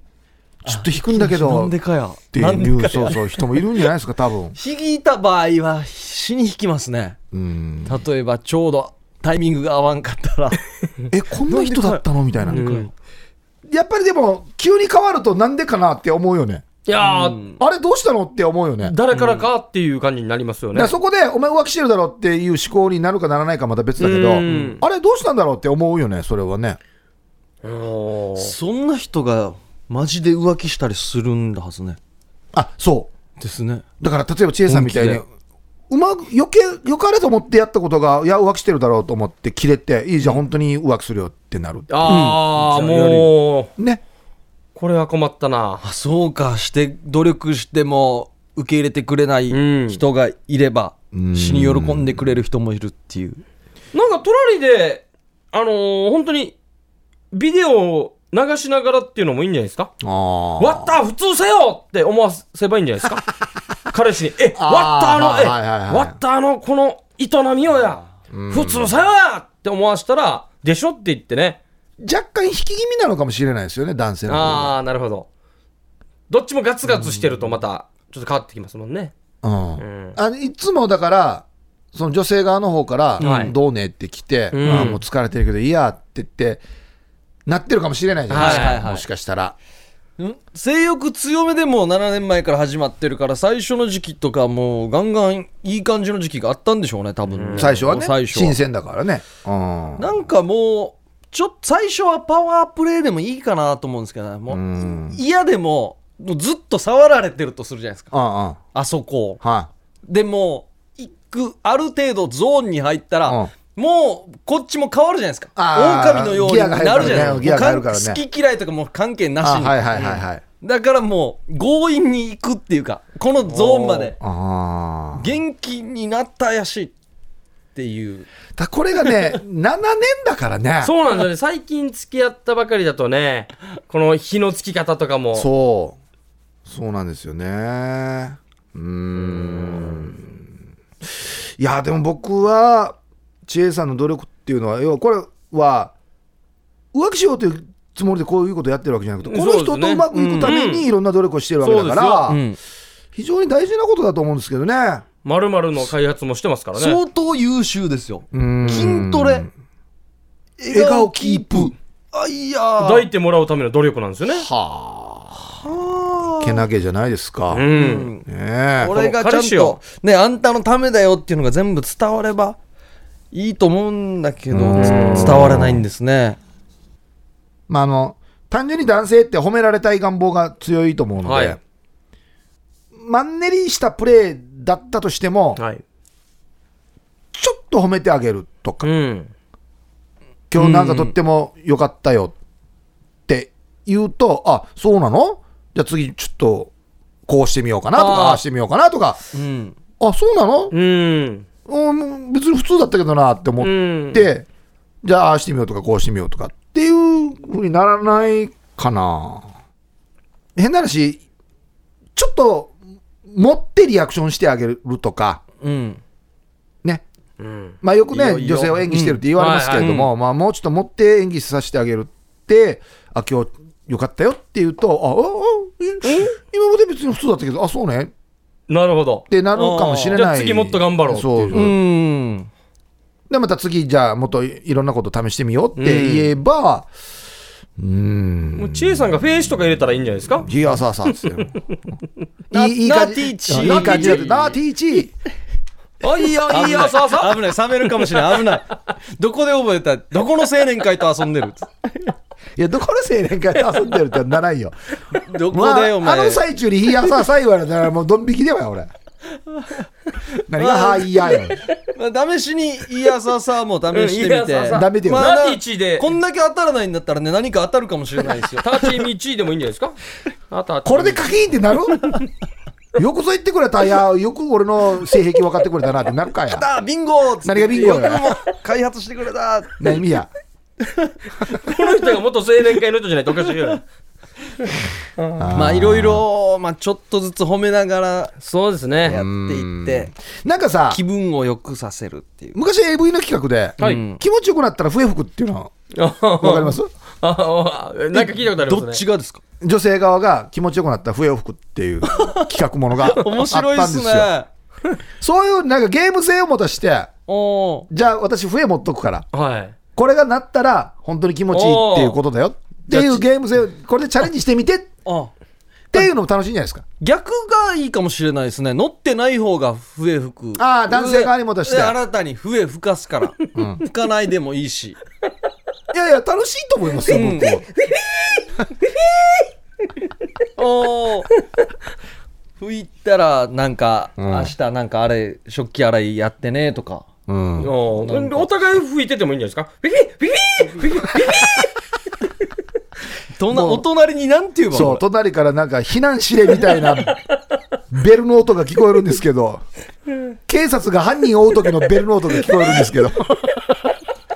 Speaker 3: ちょっと引くんだけ
Speaker 1: な
Speaker 3: ど
Speaker 1: んでかや
Speaker 3: って
Speaker 1: ないん
Speaker 3: う、そうそう、人もいるんじゃないですか、多分。
Speaker 1: 引いた場合は死に引きますね
Speaker 3: うん、
Speaker 1: 例えばちょうどタイミングが合わんか
Speaker 3: [LAUGHS]
Speaker 1: ったら
Speaker 3: え、こんな人だったのみたいな。
Speaker 2: うん
Speaker 3: やっぱりでも、急に変わるとなんでかなって思うよね。
Speaker 2: いやー、
Speaker 3: あれどうしたのって思うよね。だ
Speaker 2: 誰からかっていう感じになりますよね
Speaker 3: から。そこで、お前浮気してるだろっていう思考になるかならないかまた別だけど、
Speaker 2: うん
Speaker 3: あれどうしたんだろうって思うよね、それはね。
Speaker 2: おー
Speaker 1: そんな人がマジで浮気したりするんだはずね
Speaker 3: あ、そう。
Speaker 1: ですね
Speaker 3: だから例えば千恵さんみたいに
Speaker 1: 本気
Speaker 3: うまくよけよかれと思ってやったことがいや浮気してるだろうと思って切れていいじゃん本当に浮気するよってなる
Speaker 2: あー、
Speaker 1: うんじゃあやる
Speaker 2: もう、
Speaker 3: ね
Speaker 2: これは困ったな。
Speaker 1: あそうかして努力しても受け入れてくれない
Speaker 2: うん
Speaker 1: 人がいれば、
Speaker 3: うん
Speaker 1: 死に喜んでくれる人もいるっていう
Speaker 2: なんか、トラリで、あのー、本当に、ビデオを流しながらっていうのもいいんじゃないですか
Speaker 3: ああ
Speaker 2: 割った普通せよって思わせばいいんじゃないですか彼氏に、え、割ったあの、
Speaker 3: はいはいはいは
Speaker 2: え、
Speaker 3: い
Speaker 2: 割ったあの、この営みをや、普通せよやって思わしたら、でしょって言ってね。
Speaker 3: 若干引き気味なのかもしれないですよね男性の方が
Speaker 2: あー、なるほど。どっちもガツガツしてるとまた、ちょっと変わってきますもんね。
Speaker 3: うん
Speaker 2: うん。
Speaker 3: あのいつもだからその女性側の方から「
Speaker 2: はい
Speaker 3: どうね?」って来て「
Speaker 2: うん
Speaker 3: あーもう疲れてるけどいいや」って言ってなってるかもしれないじゃないですか、
Speaker 1: はいはいはい
Speaker 3: もしかしたら
Speaker 1: ん性欲強めでもう7年前から始まってるから最初の時期とかもうガンガンいい感じの時期があったんでしょうね多分
Speaker 3: 最初はね
Speaker 1: 最初
Speaker 3: 新鮮だからねうん
Speaker 1: なんかもうちょっと最初はパワープレイでもいいかなと思うんですけどねも
Speaker 3: う
Speaker 1: うん嫌でももうずっと触られてるとするじゃないですか
Speaker 3: ああ
Speaker 1: あそこ
Speaker 3: は
Speaker 1: でも行くある程度ゾーンに入ったら、
Speaker 3: うん
Speaker 1: もうこっちも変わるじゃないですか
Speaker 3: あー
Speaker 1: 狼のように
Speaker 3: ギアが入るか
Speaker 1: な
Speaker 3: らね
Speaker 1: るじゃない
Speaker 3: ギ
Speaker 1: です
Speaker 3: アが
Speaker 1: か
Speaker 3: 入るからね
Speaker 1: 好き嫌いとかもう関係なし
Speaker 3: あ
Speaker 1: に、
Speaker 3: はいはいはいはい、
Speaker 1: だからもう強引に行くっていうかこのゾーンまで
Speaker 3: ああ。
Speaker 1: 元気になったやしっていう
Speaker 3: だこれがね、7年 [LAUGHS] だからね。
Speaker 2: そうなんですよね。最近付き合ったばかりだとね、この火のつき方とかも。
Speaker 3: そう。そうなんですよね。うーん。いや、でも僕は、知恵さんの努力っていうのは、要はこれは、浮気しようというつもりでこういうことやってるわけじゃなくて、この人
Speaker 2: そうです
Speaker 3: と
Speaker 2: ね
Speaker 3: うまくいくため
Speaker 2: うん
Speaker 3: にいろんな努力をしてるわけだから、
Speaker 1: そうで
Speaker 3: 非常に大事なことだと思うんですけどね。
Speaker 2: まるの開発もしてますからね。
Speaker 1: 相当優秀ですよ
Speaker 3: うん
Speaker 1: 筋トレ
Speaker 3: 笑顔キープ。
Speaker 1: あいや
Speaker 2: 抱いてもらうための努力なんですよね。
Speaker 3: けなげじゃないですか。
Speaker 2: うん。
Speaker 3: ねえ
Speaker 1: 俺がちゃ
Speaker 2: 彼
Speaker 1: ん
Speaker 2: 氏
Speaker 1: と
Speaker 2: よ
Speaker 1: ねあんたのためだよっていうのが全部伝わればいいと思うんだけど
Speaker 3: うん
Speaker 1: つ伝わらないんですね
Speaker 3: まああの単純に男性って褒められたい願望が強いと思うので、
Speaker 2: はい
Speaker 3: マンネリしたプレーだったとしても、
Speaker 2: はい。
Speaker 3: ちょっと褒めてあげるとか、
Speaker 2: うん。
Speaker 3: 今日なんかとっても良かったよって言うと、あそうなのじゃあ次ちょっとこうしてみようかなとか
Speaker 2: あー
Speaker 3: ああしてみようかなとか
Speaker 1: うん
Speaker 3: あそうなの、
Speaker 2: うん。
Speaker 3: うん、別に普通だったけどなって思っ
Speaker 2: うん。
Speaker 3: て、じゃあああしてみようとかこうしてみようとかっていうふうにならないかな変な話ちょっと持ってリアクションしてあげるとか
Speaker 1: うん
Speaker 3: ね
Speaker 2: うん。
Speaker 3: まあよくね
Speaker 1: いいよいいよ
Speaker 3: 女性を演技してるって言われますけれども、まあもうちょっと持って演技させてあげるってあ今日よかったよって言うとあああえ今まで別に普通だったけどあそうねっ
Speaker 2: なるほど。
Speaker 3: てなるかもしれ
Speaker 2: じゃ
Speaker 3: な
Speaker 2: あ
Speaker 3: い
Speaker 2: 次もっと頑張ろうっていう
Speaker 3: そうそう、
Speaker 1: うん
Speaker 3: でまた次じゃあもっといろんなこと試してみようって言えばうーん
Speaker 2: もう知恵さんがフェイスとか入れたらいいんじゃないですか
Speaker 3: ギアサーサーっ
Speaker 2: [LAUGHS]
Speaker 3: つって
Speaker 1: な
Speaker 3: よいいいい感
Speaker 1: なティ
Speaker 3: じ
Speaker 1: ーチー
Speaker 3: いい感じだって
Speaker 1: な
Speaker 3: なティーチー
Speaker 2: あ、いいよ、いいよ、さあさあ。
Speaker 1: 危ない冷めるかもしれない危ないどこで覚えたどこの青年会と遊んでる
Speaker 3: いやどこの青年会で遊んでるってならんよ
Speaker 1: どこ
Speaker 3: ま
Speaker 1: でお
Speaker 3: あ、あ
Speaker 1: 前、
Speaker 3: の最中に「いやささ」言われたらもうドン引きではよ
Speaker 1: [LAUGHS]
Speaker 3: 俺何が「はいいや」よ
Speaker 1: まあ試しにいやささも試してみ
Speaker 2: うんい
Speaker 1: て
Speaker 2: やささ
Speaker 3: ダメだよ、
Speaker 1: まあ
Speaker 2: ラティチで
Speaker 1: こんだけ当たらないんだったらね何か当たるかもしれない
Speaker 2: [LAUGHS]
Speaker 1: ですよ
Speaker 2: タチミチでもいいんじゃないですかあタチミチ
Speaker 3: これでカキーンってなるよくぞ言ってくれたいやよく俺の性癖分かってくれたなってなるか
Speaker 1: [LAUGHS]
Speaker 3: や
Speaker 1: だビンゴ
Speaker 3: 何がビンゴ
Speaker 1: よくも開発してくれた
Speaker 3: 何みや
Speaker 2: この人が元青年会の人じゃないとおかしいよね。
Speaker 1: まあいろいろ、まあ、ちょっとずつ褒めながらや
Speaker 2: そうです
Speaker 1: って
Speaker 2: ね。
Speaker 1: いって
Speaker 3: なんかさ
Speaker 1: 気分を良くさせるっていう
Speaker 3: 昔 AV の企画で、
Speaker 2: はい
Speaker 1: うん
Speaker 3: 気持ちよくなったら笛吹くっていうの
Speaker 2: わ
Speaker 3: わかります
Speaker 2: [LAUGHS] ああなんか聞いたことありますね。
Speaker 1: どっちがですか
Speaker 3: 女性側が気持ちよくなったら笛を吹くって
Speaker 1: [LAUGHS]
Speaker 3: いう企画ものがあったん
Speaker 1: 面
Speaker 3: ですよ
Speaker 1: 白いっすね
Speaker 3: そういうなんかゲーム性を持たして
Speaker 1: お
Speaker 3: じゃあ私笛持っとくから
Speaker 2: はい。
Speaker 3: これがなったら本当に気持ちいいっていうことだよっていうゲーム性をこれでチャレンジしてみてっ
Speaker 1: あ
Speaker 3: ていうのも楽しいんじゃないですか
Speaker 1: 逆がいいかもしれないですね乗ってない方が笛吹く
Speaker 3: ああ男性側にも出して
Speaker 1: で新たに笛吹かすから、吹かないでもいいし
Speaker 3: いやいや楽しいと思いますよ僕も
Speaker 1: おお吹いたらなんか、
Speaker 3: うん
Speaker 1: 明日なんかあれ食器洗いやってねとか
Speaker 3: うん
Speaker 2: お
Speaker 1: なんか
Speaker 2: お互い吹いててもいいんじゃないですかビビビビ
Speaker 3: [LAUGHS]
Speaker 2: ビビ
Speaker 1: どんな
Speaker 3: もう
Speaker 1: お隣になんて言えばいい
Speaker 3: そ
Speaker 1: の
Speaker 3: う隣からなんか避難指令みたい
Speaker 1: [LAUGHS]
Speaker 3: なベルの音が聞こえるんですけど警察が犯人を追う時のベルの音が聞こえるんで
Speaker 1: [LAUGHS]
Speaker 3: すけど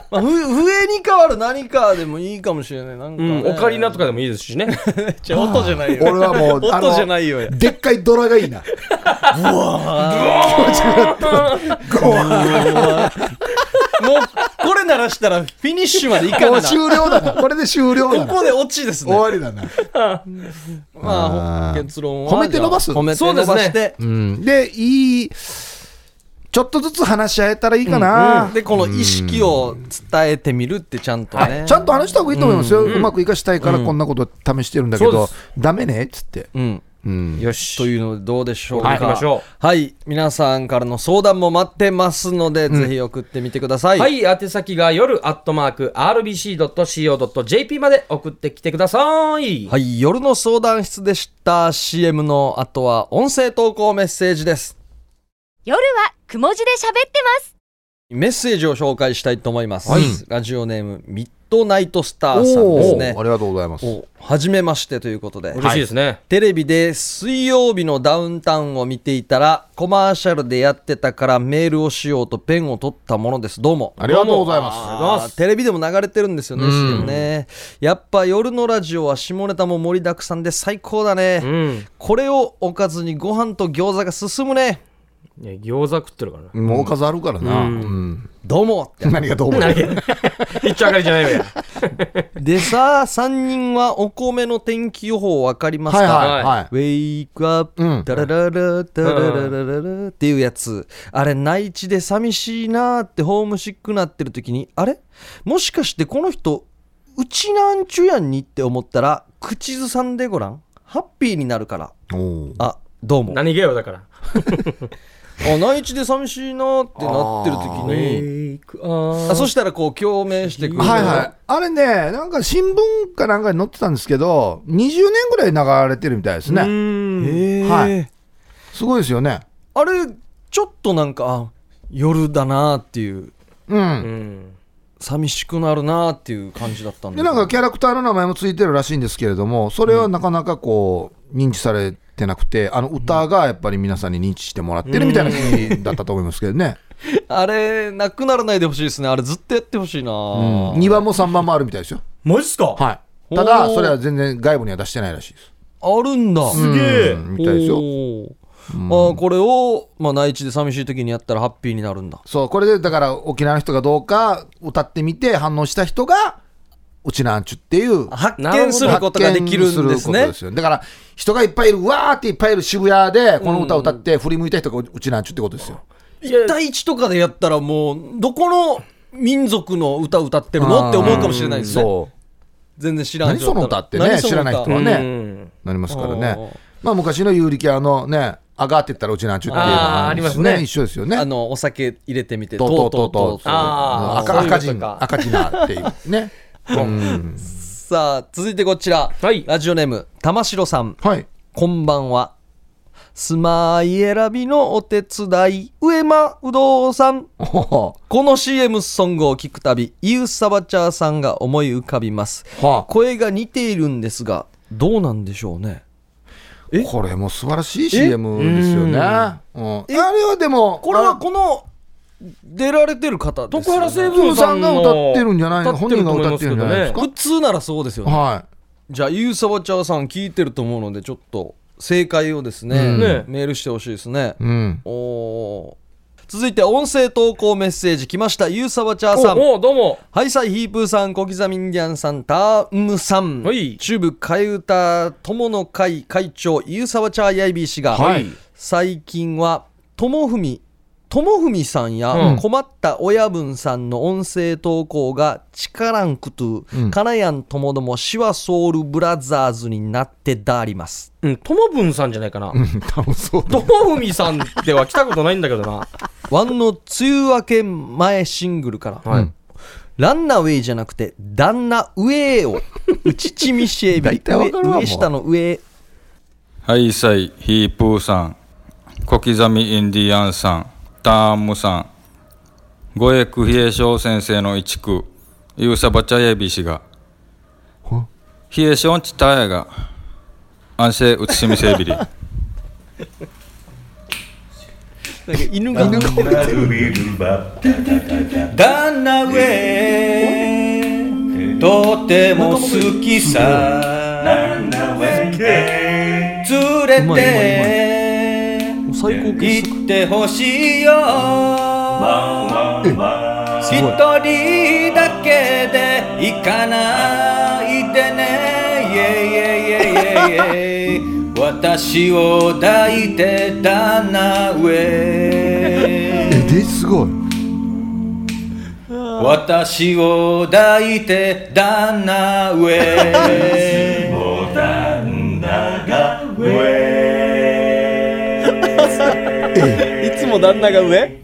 Speaker 1: まあ、ふ笛に変わる何かでもいいかもしれない。なんか、
Speaker 2: う
Speaker 1: ね
Speaker 2: ん、オカリナとかでもいいですしね。
Speaker 1: じゃあ音じゃないよ。
Speaker 3: 俺はもうあ
Speaker 1: [LAUGHS] 音
Speaker 3: の
Speaker 1: じゃないよ。や
Speaker 3: でっかいドラがいいな
Speaker 1: もう、これ鳴らしたらフィニッシュまでいか
Speaker 3: も
Speaker 1: な
Speaker 3: う
Speaker 1: い
Speaker 3: 終
Speaker 1: な。
Speaker 3: 了だなこれで終了だ
Speaker 1: こ
Speaker 3: な
Speaker 1: こで落ちです
Speaker 3: 終
Speaker 1: ね。
Speaker 3: わりだな、
Speaker 1: ま
Speaker 3: あ
Speaker 1: あ、
Speaker 3: ー
Speaker 1: 結論は。
Speaker 3: 褒めて伸ばす
Speaker 1: じゃあ褒めて伸ばして。
Speaker 3: うん、でいいちょっとずつ話し合えたらいいかな、
Speaker 1: で、この意識を伝えてみるってちゃんとね。
Speaker 3: ちゃんと話した方がいいと思いますよ、うまく生かしたいからこんなこと試してるんだけ
Speaker 2: そ
Speaker 3: ど
Speaker 2: うで、
Speaker 3: ダメねっつって、
Speaker 1: うん。
Speaker 3: うん、
Speaker 1: よし。というのでどうでしょうか。
Speaker 2: はい行きましょ
Speaker 1: はい。皆さんからの相談も待ってますので、ぜひ送ってみてください。
Speaker 2: はい、宛先が夜アットマーク RBC.CO.JP まで送ってきてください。
Speaker 1: はい、夜の相談室でした。CM の後は音声投稿メッセージです。
Speaker 4: 夜はくも字で喋ってます。
Speaker 1: メッセージを紹介したいと思います。
Speaker 3: はい
Speaker 1: ラジオネーム、ミッドナイトスタ
Speaker 3: お
Speaker 1: ーさんです
Speaker 3: お、
Speaker 1: ね
Speaker 3: あ。りがとうございます。
Speaker 1: おはじめましてということで。
Speaker 2: 嬉しいですね。
Speaker 1: テレビで水曜日のダウンタウンを見ていたら、コマーシャルでやってたからメールをしようとペンを取ったものです。どうも。
Speaker 3: ありがとうござい
Speaker 2: ど
Speaker 3: ま
Speaker 2: うもありがとうございます
Speaker 1: あーテレビでも流れてるんですよね、CM ね。やっぱ夜のラジオは下ネタも盛りだくさんで最高だね。
Speaker 2: うん。
Speaker 1: これをおかずにご飯と餃子が進むね
Speaker 2: いや餃子食ってるからな
Speaker 3: す。。もうおかずあるからな。うん
Speaker 1: どうもって
Speaker 3: 何がどう [LAUGHS] 思う
Speaker 2: 一丁上がりじゃないわ
Speaker 3: [LAUGHS]
Speaker 2: よ。
Speaker 1: でさあ3人はお米の天気予報わかります
Speaker 3: はい
Speaker 1: か、
Speaker 3: はいは
Speaker 1: ウェイクアップ、
Speaker 3: うん
Speaker 1: ダラララダラララララっていうやつあれ内地で寂しいなーってホームシックなってる時にあれもしかしてこの人うちなんちゅやんにって思ったら口ずさんでごらんハッピーになるから
Speaker 3: い。おー
Speaker 1: あどうも
Speaker 2: 何がよだから。
Speaker 1: あ内地で寂しいなってなってる時にあそ
Speaker 2: し
Speaker 1: したらこう共鳴してくる
Speaker 3: はいはい。あれね、なんか新聞かなんかに載ってたんですけど、20年ぐらい流れてるみたいです
Speaker 1: ね
Speaker 3: ね。
Speaker 1: へー
Speaker 3: はいすごいですよね。
Speaker 1: あれちょっとなんかあ夜だなっていう
Speaker 3: う。
Speaker 2: うんん
Speaker 1: 寂しくなるなっていう感じだったんで
Speaker 3: で、なんかキャラクターの名前もついてるらしいんですけれども、それはなかなかこう、認知されてなくて、あの歌がやっぱり皆さんに認知してもらってるみたいな感じだったと思いますけどね。
Speaker 1: あれなくならないでほしいですねあれずっとやってほしいな、
Speaker 3: うん2番も3番もあるみたいですよ。
Speaker 2: マジっすか
Speaker 3: はい。ただ、それは全然外部には出してないらしいです。
Speaker 1: あるんだ
Speaker 2: すげえ
Speaker 3: うんみたいですよ。
Speaker 1: おーあーこれを、まあ、内地で寂しい時にやったらハッピーになるんだ
Speaker 3: そう、これでだから沖縄の人がどうか歌ってみて反応した人が、沖縄んちゅっていう
Speaker 1: 発
Speaker 2: なるほど
Speaker 1: 見することができるんです
Speaker 3: 発見すること
Speaker 1: ね
Speaker 3: ですよだから人がいっぱいいる、わーっていっぱいいる渋谷で、この歌を歌って振り向いた人がうちなんちゅってことですよ。
Speaker 2: いや
Speaker 1: 1対1とかでやったらもうどこの民族の歌歌ってるのって思うかもしれないですね
Speaker 3: そう
Speaker 1: 全然知らん
Speaker 3: 何その歌ってね、知らない人は
Speaker 2: う
Speaker 3: ね
Speaker 2: ん、
Speaker 3: なりますから
Speaker 1: おー
Speaker 3: ね。まあ昔のユーリキャのね、上がってったらうちなんちゅっていうの
Speaker 2: あー
Speaker 3: が
Speaker 2: ありますね
Speaker 3: 一緒です
Speaker 1: [LAUGHS]
Speaker 3: よ
Speaker 1: あ
Speaker 3: ね。
Speaker 1: のお酒入れてみて
Speaker 3: とうとうとうとう。
Speaker 2: あー
Speaker 3: 赤
Speaker 2: そういうこと
Speaker 3: 赤字
Speaker 2: か
Speaker 3: な、赤字なっていう
Speaker 2: [LAUGHS]
Speaker 3: ね。うん
Speaker 1: さあ続いてこちら、
Speaker 2: はい
Speaker 1: ラジオネーム玉城さん
Speaker 3: はい。 [LAUGHS]
Speaker 1: こんばんは住まい選びのお手伝い上間うどうさん
Speaker 3: おほ
Speaker 1: この CM ソングを聞くたびイウサバチャーさんが思い浮かびます
Speaker 3: ほはあ
Speaker 1: 声が似ているんですがどうなんでしょうねえ
Speaker 3: これも素晴らしい CM ですよね。うんあれはでも、
Speaker 1: これ
Speaker 3: あ
Speaker 1: はこの出られてる方です
Speaker 2: 徳
Speaker 1: よね
Speaker 2: 原西
Speaker 3: プ
Speaker 2: 部
Speaker 3: ーさんが歌ってるんじゃないの
Speaker 2: 歌っ
Speaker 3: 本
Speaker 2: て
Speaker 3: 人
Speaker 2: ると
Speaker 3: が
Speaker 2: 思い
Speaker 3: 歌
Speaker 2: ま
Speaker 3: って
Speaker 2: す
Speaker 3: る
Speaker 2: け
Speaker 3: んじ
Speaker 2: ど
Speaker 3: ゃないで
Speaker 2: ね
Speaker 3: すか
Speaker 1: 普通ならそうですよね
Speaker 3: は
Speaker 1: じゃあイウサバチャーさん聞いてると思うのでちょっと正解をですね,、
Speaker 3: うん
Speaker 2: ね
Speaker 1: メールしてほしいですね、
Speaker 3: い。
Speaker 2: [LAUGHS]
Speaker 3: うん。
Speaker 1: おー続いて音声投稿メッセージ来ましたユーサバチャーさん
Speaker 2: おおどうも
Speaker 1: ハイサイヒープーさん小刻みインディアンさんタームさん、
Speaker 2: はい
Speaker 1: 中部替え歌友の会会長ユーサバチャーヤイビー氏が、
Speaker 3: はい
Speaker 1: 最近は友文友文さん
Speaker 2: う
Speaker 1: や
Speaker 2: ん
Speaker 1: 困った親分さんの音声投稿が力んくと、
Speaker 3: うん
Speaker 1: カナヤンともどもシワソウルブラザーズになってだあります
Speaker 2: うんともぶんさんじゃないかな
Speaker 3: 多分そうだ
Speaker 2: ともふみさんでは来たことないんだけどな
Speaker 1: ワンの梅雨明け前シングルから、
Speaker 2: はい
Speaker 1: ランナーウェイじゃなくて、旦那ウェイを、うちちみしえび、
Speaker 3: [LAUGHS] 大体わかるわもう
Speaker 1: 上下の上、
Speaker 5: はい、サイ、ヒープーさん、小刻みインディアンさん、ターンムさん、五重久比江翔先生の一区、ユーサバチャエビ氏が、比江翔んちタヤが、安静うつしみせびり。
Speaker 1: なんか犬が、
Speaker 6: 旦那ウェイとても好きさ旦那ウェイ連れて
Speaker 1: 最高傑作。
Speaker 6: 行ってほしいよ一人だけで行かないでねイエイエイエイエイエイ私を抱いて旦那ウェイ
Speaker 3: え、ですごい。
Speaker 6: 私を抱いて旦那上もう旦那が
Speaker 1: いつも旦那が上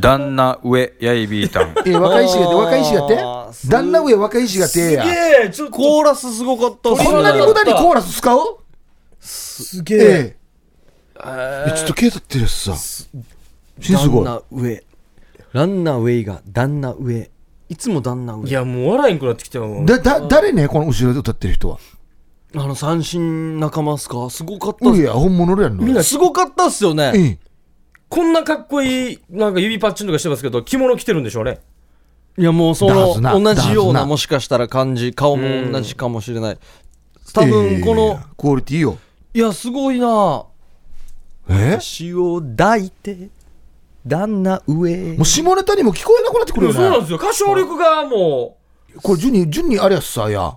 Speaker 5: 旦那上ヤイビータン。
Speaker 3: え、若いしがて、若いし
Speaker 1: あー
Speaker 3: がて、旦那上若いしがてや。
Speaker 2: ええちょっ
Speaker 1: コーラスすごかったっすね
Speaker 3: こんなに無駄にコーラス使う
Speaker 2: す
Speaker 3: え
Speaker 2: げ
Speaker 3: え。えちょっと消えたってるやつさ。しすご
Speaker 1: 旦
Speaker 3: い。
Speaker 1: 那上。ランナーウェイが旦那上。いつも旦那
Speaker 2: [LAUGHS] い
Speaker 1: 上。
Speaker 2: やもう笑えんくなってきたよ
Speaker 3: だ、だ、誰ね、この後ろで歌ってる人は。
Speaker 1: あの三振仲間っすかすごかったっ
Speaker 3: い
Speaker 1: す。
Speaker 3: や、本物やんの。
Speaker 2: みんな
Speaker 1: すごかったっすよね。
Speaker 3: ええ
Speaker 2: こんなかっこいいなんか指パッチンとかしてますけど着物着てるんでしょうね
Speaker 1: いやもうそ
Speaker 3: だはずな
Speaker 1: の同じよう
Speaker 3: だはず
Speaker 1: な
Speaker 3: な
Speaker 1: もしかしたら感じ顔も同じかもしれない多
Speaker 3: いやいや
Speaker 1: 分
Speaker 3: いや
Speaker 1: この
Speaker 3: クオリティいいよ。
Speaker 1: いやすごいな
Speaker 3: え
Speaker 1: 私を抱いて旦那上
Speaker 3: もう下ネタにも聞こえなくなってくる
Speaker 2: そうなん
Speaker 3: よ
Speaker 2: で
Speaker 3: ね。
Speaker 2: すよ歌唱力がも
Speaker 3: これ、順に、順にあれやっさや。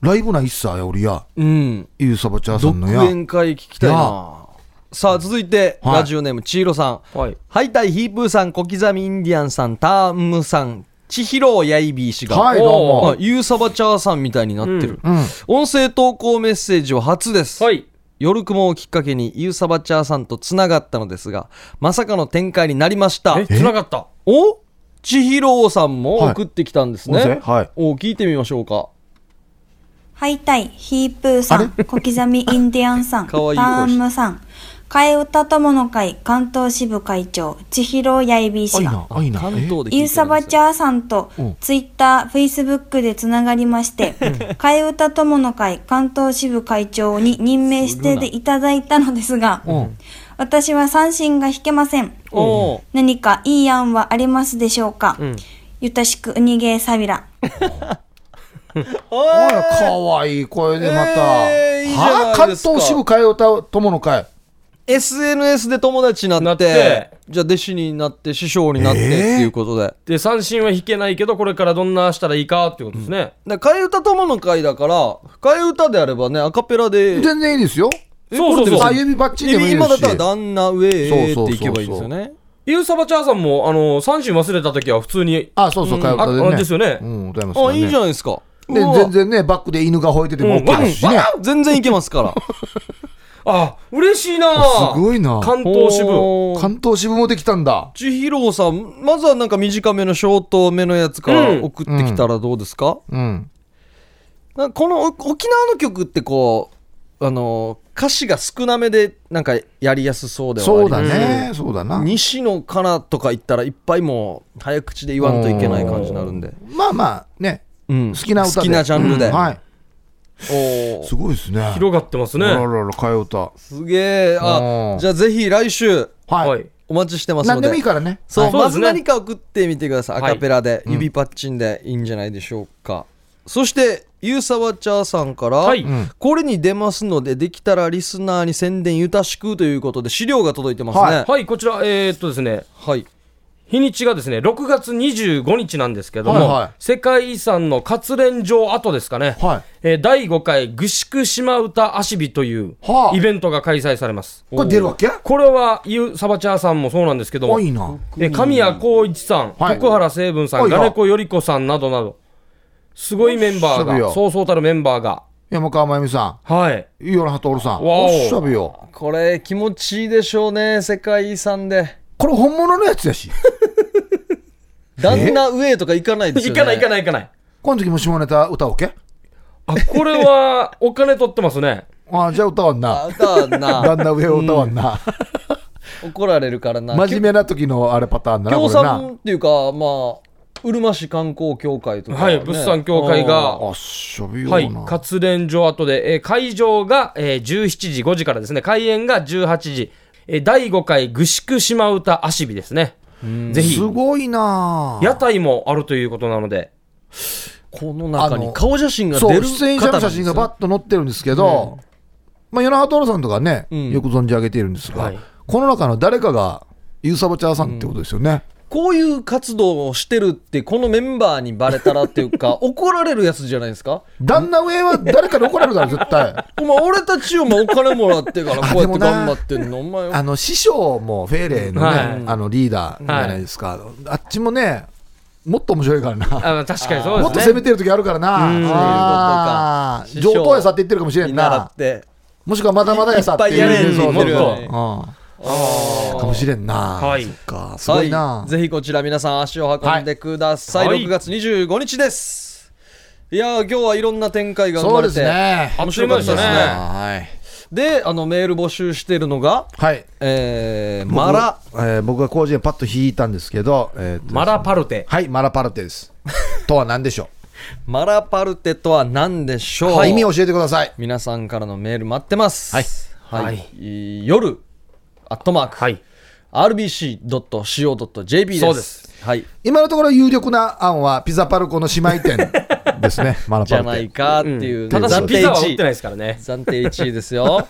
Speaker 3: ライブないっさや、俺や。
Speaker 1: うん
Speaker 3: ゆうさばちゃーさん
Speaker 1: 独
Speaker 3: のや。
Speaker 1: 演会聞きたい
Speaker 3: い
Speaker 1: な
Speaker 3: や
Speaker 1: さあ続いて、
Speaker 3: はい
Speaker 1: ラジオネームちいろさん
Speaker 2: うはい
Speaker 1: ハイタイヒープーさん小刻みインディアンさんタームさんちひろやいびー氏が、
Speaker 3: はい、どう
Speaker 1: あ
Speaker 3: も。
Speaker 1: ユーサバチャーさんみたいになってる、
Speaker 3: うん。
Speaker 1: 音声投稿メッセージは初です、
Speaker 2: はい
Speaker 1: 夜雲をきっかけにユーサバチャーさんとつながったのですがまさかの展開になりました
Speaker 2: え、つながった。
Speaker 1: お千尋さんも送ってきたんですね、
Speaker 3: はい音声はい
Speaker 1: お聞いてみましょうか
Speaker 7: ハイタイ、ヒープーさん、小刻みインディアンさん、
Speaker 1: かわいい
Speaker 7: タ
Speaker 1: 声して
Speaker 7: ーンムさん、替え歌友の会関東支部会長、千尋やいび
Speaker 3: あい
Speaker 7: 氏
Speaker 3: い
Speaker 7: が、
Speaker 3: なあいいな
Speaker 1: 関東で聞いてるんですよ
Speaker 7: イーサバチャーさんと
Speaker 3: うん
Speaker 7: ツイッター、フェイスブックでつながりまして、替え歌友の会関東支部会長に任命してでいただいたのですが、私は三振が弾けません。
Speaker 1: おお
Speaker 7: 何かいい案はありますでしょうか、ゆたしくうにげーさびら。
Speaker 3: あらかわいい声でまた、
Speaker 1: えーいいじゃない
Speaker 3: はあ関
Speaker 1: ですか
Speaker 3: 東支部替え歌友の会
Speaker 1: SNS で友達になって
Speaker 2: なって
Speaker 1: じゃあ弟子になって師匠になってっていうことで、
Speaker 2: で、三振は弾けないけど、これからどんなしたらいいかってことですね。
Speaker 1: だから替え歌友の会だから替え歌であればねアカペラで
Speaker 3: 全然いいですよ
Speaker 1: え
Speaker 2: そ
Speaker 1: こ
Speaker 2: うそう
Speaker 1: れでも
Speaker 2: そう
Speaker 3: あ。指バッチリでもいいで
Speaker 1: 今だ
Speaker 3: す
Speaker 1: っ
Speaker 3: した
Speaker 1: ら旦那上へ
Speaker 3: そうそうそうそう
Speaker 1: っていけばいいですよね
Speaker 2: ゆうさばちゃーさんも、あの、三振忘れた時は普通に、
Speaker 3: あそうそう替え
Speaker 2: あ、
Speaker 3: 歌で
Speaker 2: あ
Speaker 3: ね
Speaker 2: ですよね
Speaker 3: う。ん歌いますから
Speaker 1: あ
Speaker 3: ね
Speaker 1: いいじゃないですか
Speaker 3: で
Speaker 1: うわ
Speaker 3: 全然ねバックで犬が吠えてても OK ですしね
Speaker 1: 全然いけます
Speaker 3: [LAUGHS]
Speaker 1: からす
Speaker 2: あ、嬉しいな
Speaker 3: あすごいな
Speaker 2: 関東支部。
Speaker 3: 関東支部もできたんだ
Speaker 1: 千尋さんまずはなんか短めのショートめのやつから
Speaker 2: うん
Speaker 1: 送ってきたらどうですか,、
Speaker 3: うん
Speaker 1: なんかこのお沖縄の曲ってこうあのー歌詞が少なめでなんかやりやすそうではあり
Speaker 3: そうだねそうだな
Speaker 1: 西野かなとか言ったらいっぱいもう早口で言わんといけない感じになるんで、
Speaker 3: まあまあね
Speaker 1: うん、
Speaker 3: 好きな歌で
Speaker 1: 好きなジャンルで、
Speaker 3: うんはい
Speaker 1: おー
Speaker 3: すごいですね
Speaker 2: 広がってますね。
Speaker 3: あら
Speaker 2: は
Speaker 3: らら替え歌
Speaker 1: すげえ
Speaker 3: う
Speaker 1: あ
Speaker 3: ん
Speaker 1: じゃあぜひ来週
Speaker 3: はい
Speaker 2: い。
Speaker 1: お待ちしてますの
Speaker 3: 何
Speaker 1: で
Speaker 3: でもいいからね
Speaker 1: そう、
Speaker 2: はい
Speaker 1: まず
Speaker 2: そうです
Speaker 1: 何
Speaker 2: ね
Speaker 1: か送ってみてください、
Speaker 2: はい
Speaker 1: アカペラで指パッチンでいいんじゃないでしょうか、そしてゆうさわちゃーさんから、
Speaker 2: はい
Speaker 3: ん
Speaker 1: これに出ますのでできたらリスナーに宣伝ゆたしくということで資料が届いてますね
Speaker 3: は
Speaker 1: はい、
Speaker 2: はい、こちら、えーっとですね、日にちがですね、6月25日なんですけども、
Speaker 3: はいはい
Speaker 2: 世界遺産の活連場跡ですかね、
Speaker 3: はい
Speaker 2: えー第5回ぐしく島唄足火という
Speaker 3: はあ
Speaker 2: イベントが開催されます。
Speaker 3: これ出るわけ
Speaker 2: これは、ゆうさばちゃーさんもそうなんですけども
Speaker 3: あ、いいな
Speaker 2: えー神谷光一さん、
Speaker 3: はい
Speaker 2: 徳原成文さ
Speaker 3: は
Speaker 2: ん、
Speaker 3: いはい
Speaker 2: 金子より子さんなどなど、すごいメンバー
Speaker 3: おっしゃる
Speaker 2: が、
Speaker 3: よ
Speaker 2: そうそうたるメンバーが、
Speaker 3: 山川真由美さ
Speaker 2: はい、
Speaker 3: ん岩野鳩るさん
Speaker 2: わお
Speaker 3: おっしゃべよ
Speaker 1: これ気持ちいいでしょうね世界遺産で
Speaker 3: これ本物のやつやし
Speaker 1: 旦那上とか行かないです
Speaker 2: 行
Speaker 1: よね
Speaker 2: かない行か
Speaker 1: い
Speaker 2: ない行かない。
Speaker 3: この時も下ネタ歌おうけ
Speaker 2: あ、これは、お金取ってますね。
Speaker 3: あじゃあ歌わんな
Speaker 1: あ歌わん
Speaker 3: 旦
Speaker 1: な
Speaker 3: 那上を歌わんな
Speaker 1: 怒られるからな
Speaker 3: [LAUGHS] 真面目な時のあれパターンだな
Speaker 1: 協
Speaker 3: これ
Speaker 1: 賛
Speaker 3: な
Speaker 1: っていうかまあうるま市観光協会とか、ね、
Speaker 2: はい物産協会が
Speaker 3: あっしゃべよ
Speaker 2: はい
Speaker 3: な、
Speaker 2: 活連場後で、えー会場が、えー17時5時からですね、開演が18時、えー第5回ぐしく島唄足火ですね。ぜひ
Speaker 3: す、ごいな
Speaker 2: 屋台もあるということなので、
Speaker 1: この中
Speaker 3: あ
Speaker 1: に
Speaker 3: の
Speaker 1: 顔写真が
Speaker 3: そ
Speaker 1: 出
Speaker 3: う
Speaker 1: る
Speaker 3: 出演者の写真がバ
Speaker 1: ッ
Speaker 3: ッと載ってるんですけど、まあ、与那覇徹さんとかね、よく存じ上げているんですが、
Speaker 2: はい
Speaker 3: この中の誰かがユーサバチャーさんってことですよね、
Speaker 1: こういう活動をしてるってこのメンバーにバレたらっていうか怒られるやつじゃないですか
Speaker 3: 旦那上は誰かに怒られるだろ絶対
Speaker 1: お前俺たちお前お金もらってからこう
Speaker 3: あ
Speaker 1: やっ
Speaker 3: で
Speaker 1: て
Speaker 3: もな
Speaker 1: 頑張ってんのお前
Speaker 3: あの師匠もフェーレのね、
Speaker 2: はい
Speaker 3: あのリーダーじゃないですか、あっちもねもっと面白いからな、
Speaker 2: あ確かにそう
Speaker 3: もっと
Speaker 2: です
Speaker 3: 攻
Speaker 2: ね。
Speaker 3: めてる時あるからなあー
Speaker 1: そういうことか
Speaker 3: 上等やさって言ってるかもしれ
Speaker 1: 見
Speaker 3: ん
Speaker 1: 習
Speaker 3: な
Speaker 1: って
Speaker 3: もしくはまだまだやさって
Speaker 1: いっぱいやれ
Speaker 3: そうそうそう
Speaker 2: 言って
Speaker 1: る
Speaker 3: うんかもしれんな、
Speaker 2: はい
Speaker 3: そっかすごいな、
Speaker 1: はい、ぜひこちら皆さん足を運んでください、
Speaker 2: はい
Speaker 1: 6月25日ですいやー今日はいろんな展開が生
Speaker 3: そ
Speaker 1: ま
Speaker 3: う
Speaker 1: れ
Speaker 3: で
Speaker 1: て
Speaker 3: すね
Speaker 2: あっという間でした
Speaker 1: 面白かったです
Speaker 2: ね。
Speaker 3: はい
Speaker 1: であのメール募集しているのが、
Speaker 3: はい
Speaker 1: えー、マラ
Speaker 3: 僕,、えー僕が工事でパッと引いたんですけど、えーと
Speaker 2: マラパルテ。
Speaker 3: はいマラパルテです
Speaker 1: [LAUGHS]
Speaker 3: とは何でしょ
Speaker 1: マラパルテとは何でし
Speaker 3: う、
Speaker 1: ょう、
Speaker 3: 意味を教えてください
Speaker 1: 皆さんからのメール待ってます
Speaker 3: はい
Speaker 1: はい、
Speaker 2: はい
Speaker 1: い夜アットマーク、
Speaker 2: はい。
Speaker 1: rbc.co.jp です
Speaker 2: そうです
Speaker 1: はい
Speaker 3: 今のところ有力な案はピザパルコの姉妹店ですねマ
Speaker 1: [LAUGHS]
Speaker 3: ラ
Speaker 1: じ
Speaker 3: パ
Speaker 1: ゃ
Speaker 3: ル
Speaker 1: ない
Speaker 3: テ
Speaker 1: かっていう、
Speaker 2: ただ
Speaker 1: 暫定
Speaker 2: しピザは売ってな
Speaker 1: 1
Speaker 2: い
Speaker 1: 位
Speaker 2: ですからね。
Speaker 1: 暫定1位です [LAUGHS] よ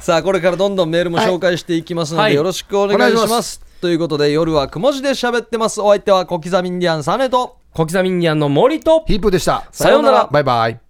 Speaker 1: さあこれからどんどんメールも紹介していきますので、
Speaker 2: はい
Speaker 1: よろしくお願いします,、ということで夜はくも字で喋ってますお相手は小刻みインディアンサネと
Speaker 2: 小刻みにあの森と、
Speaker 3: ヒープでした
Speaker 2: さようなら
Speaker 3: バイバイ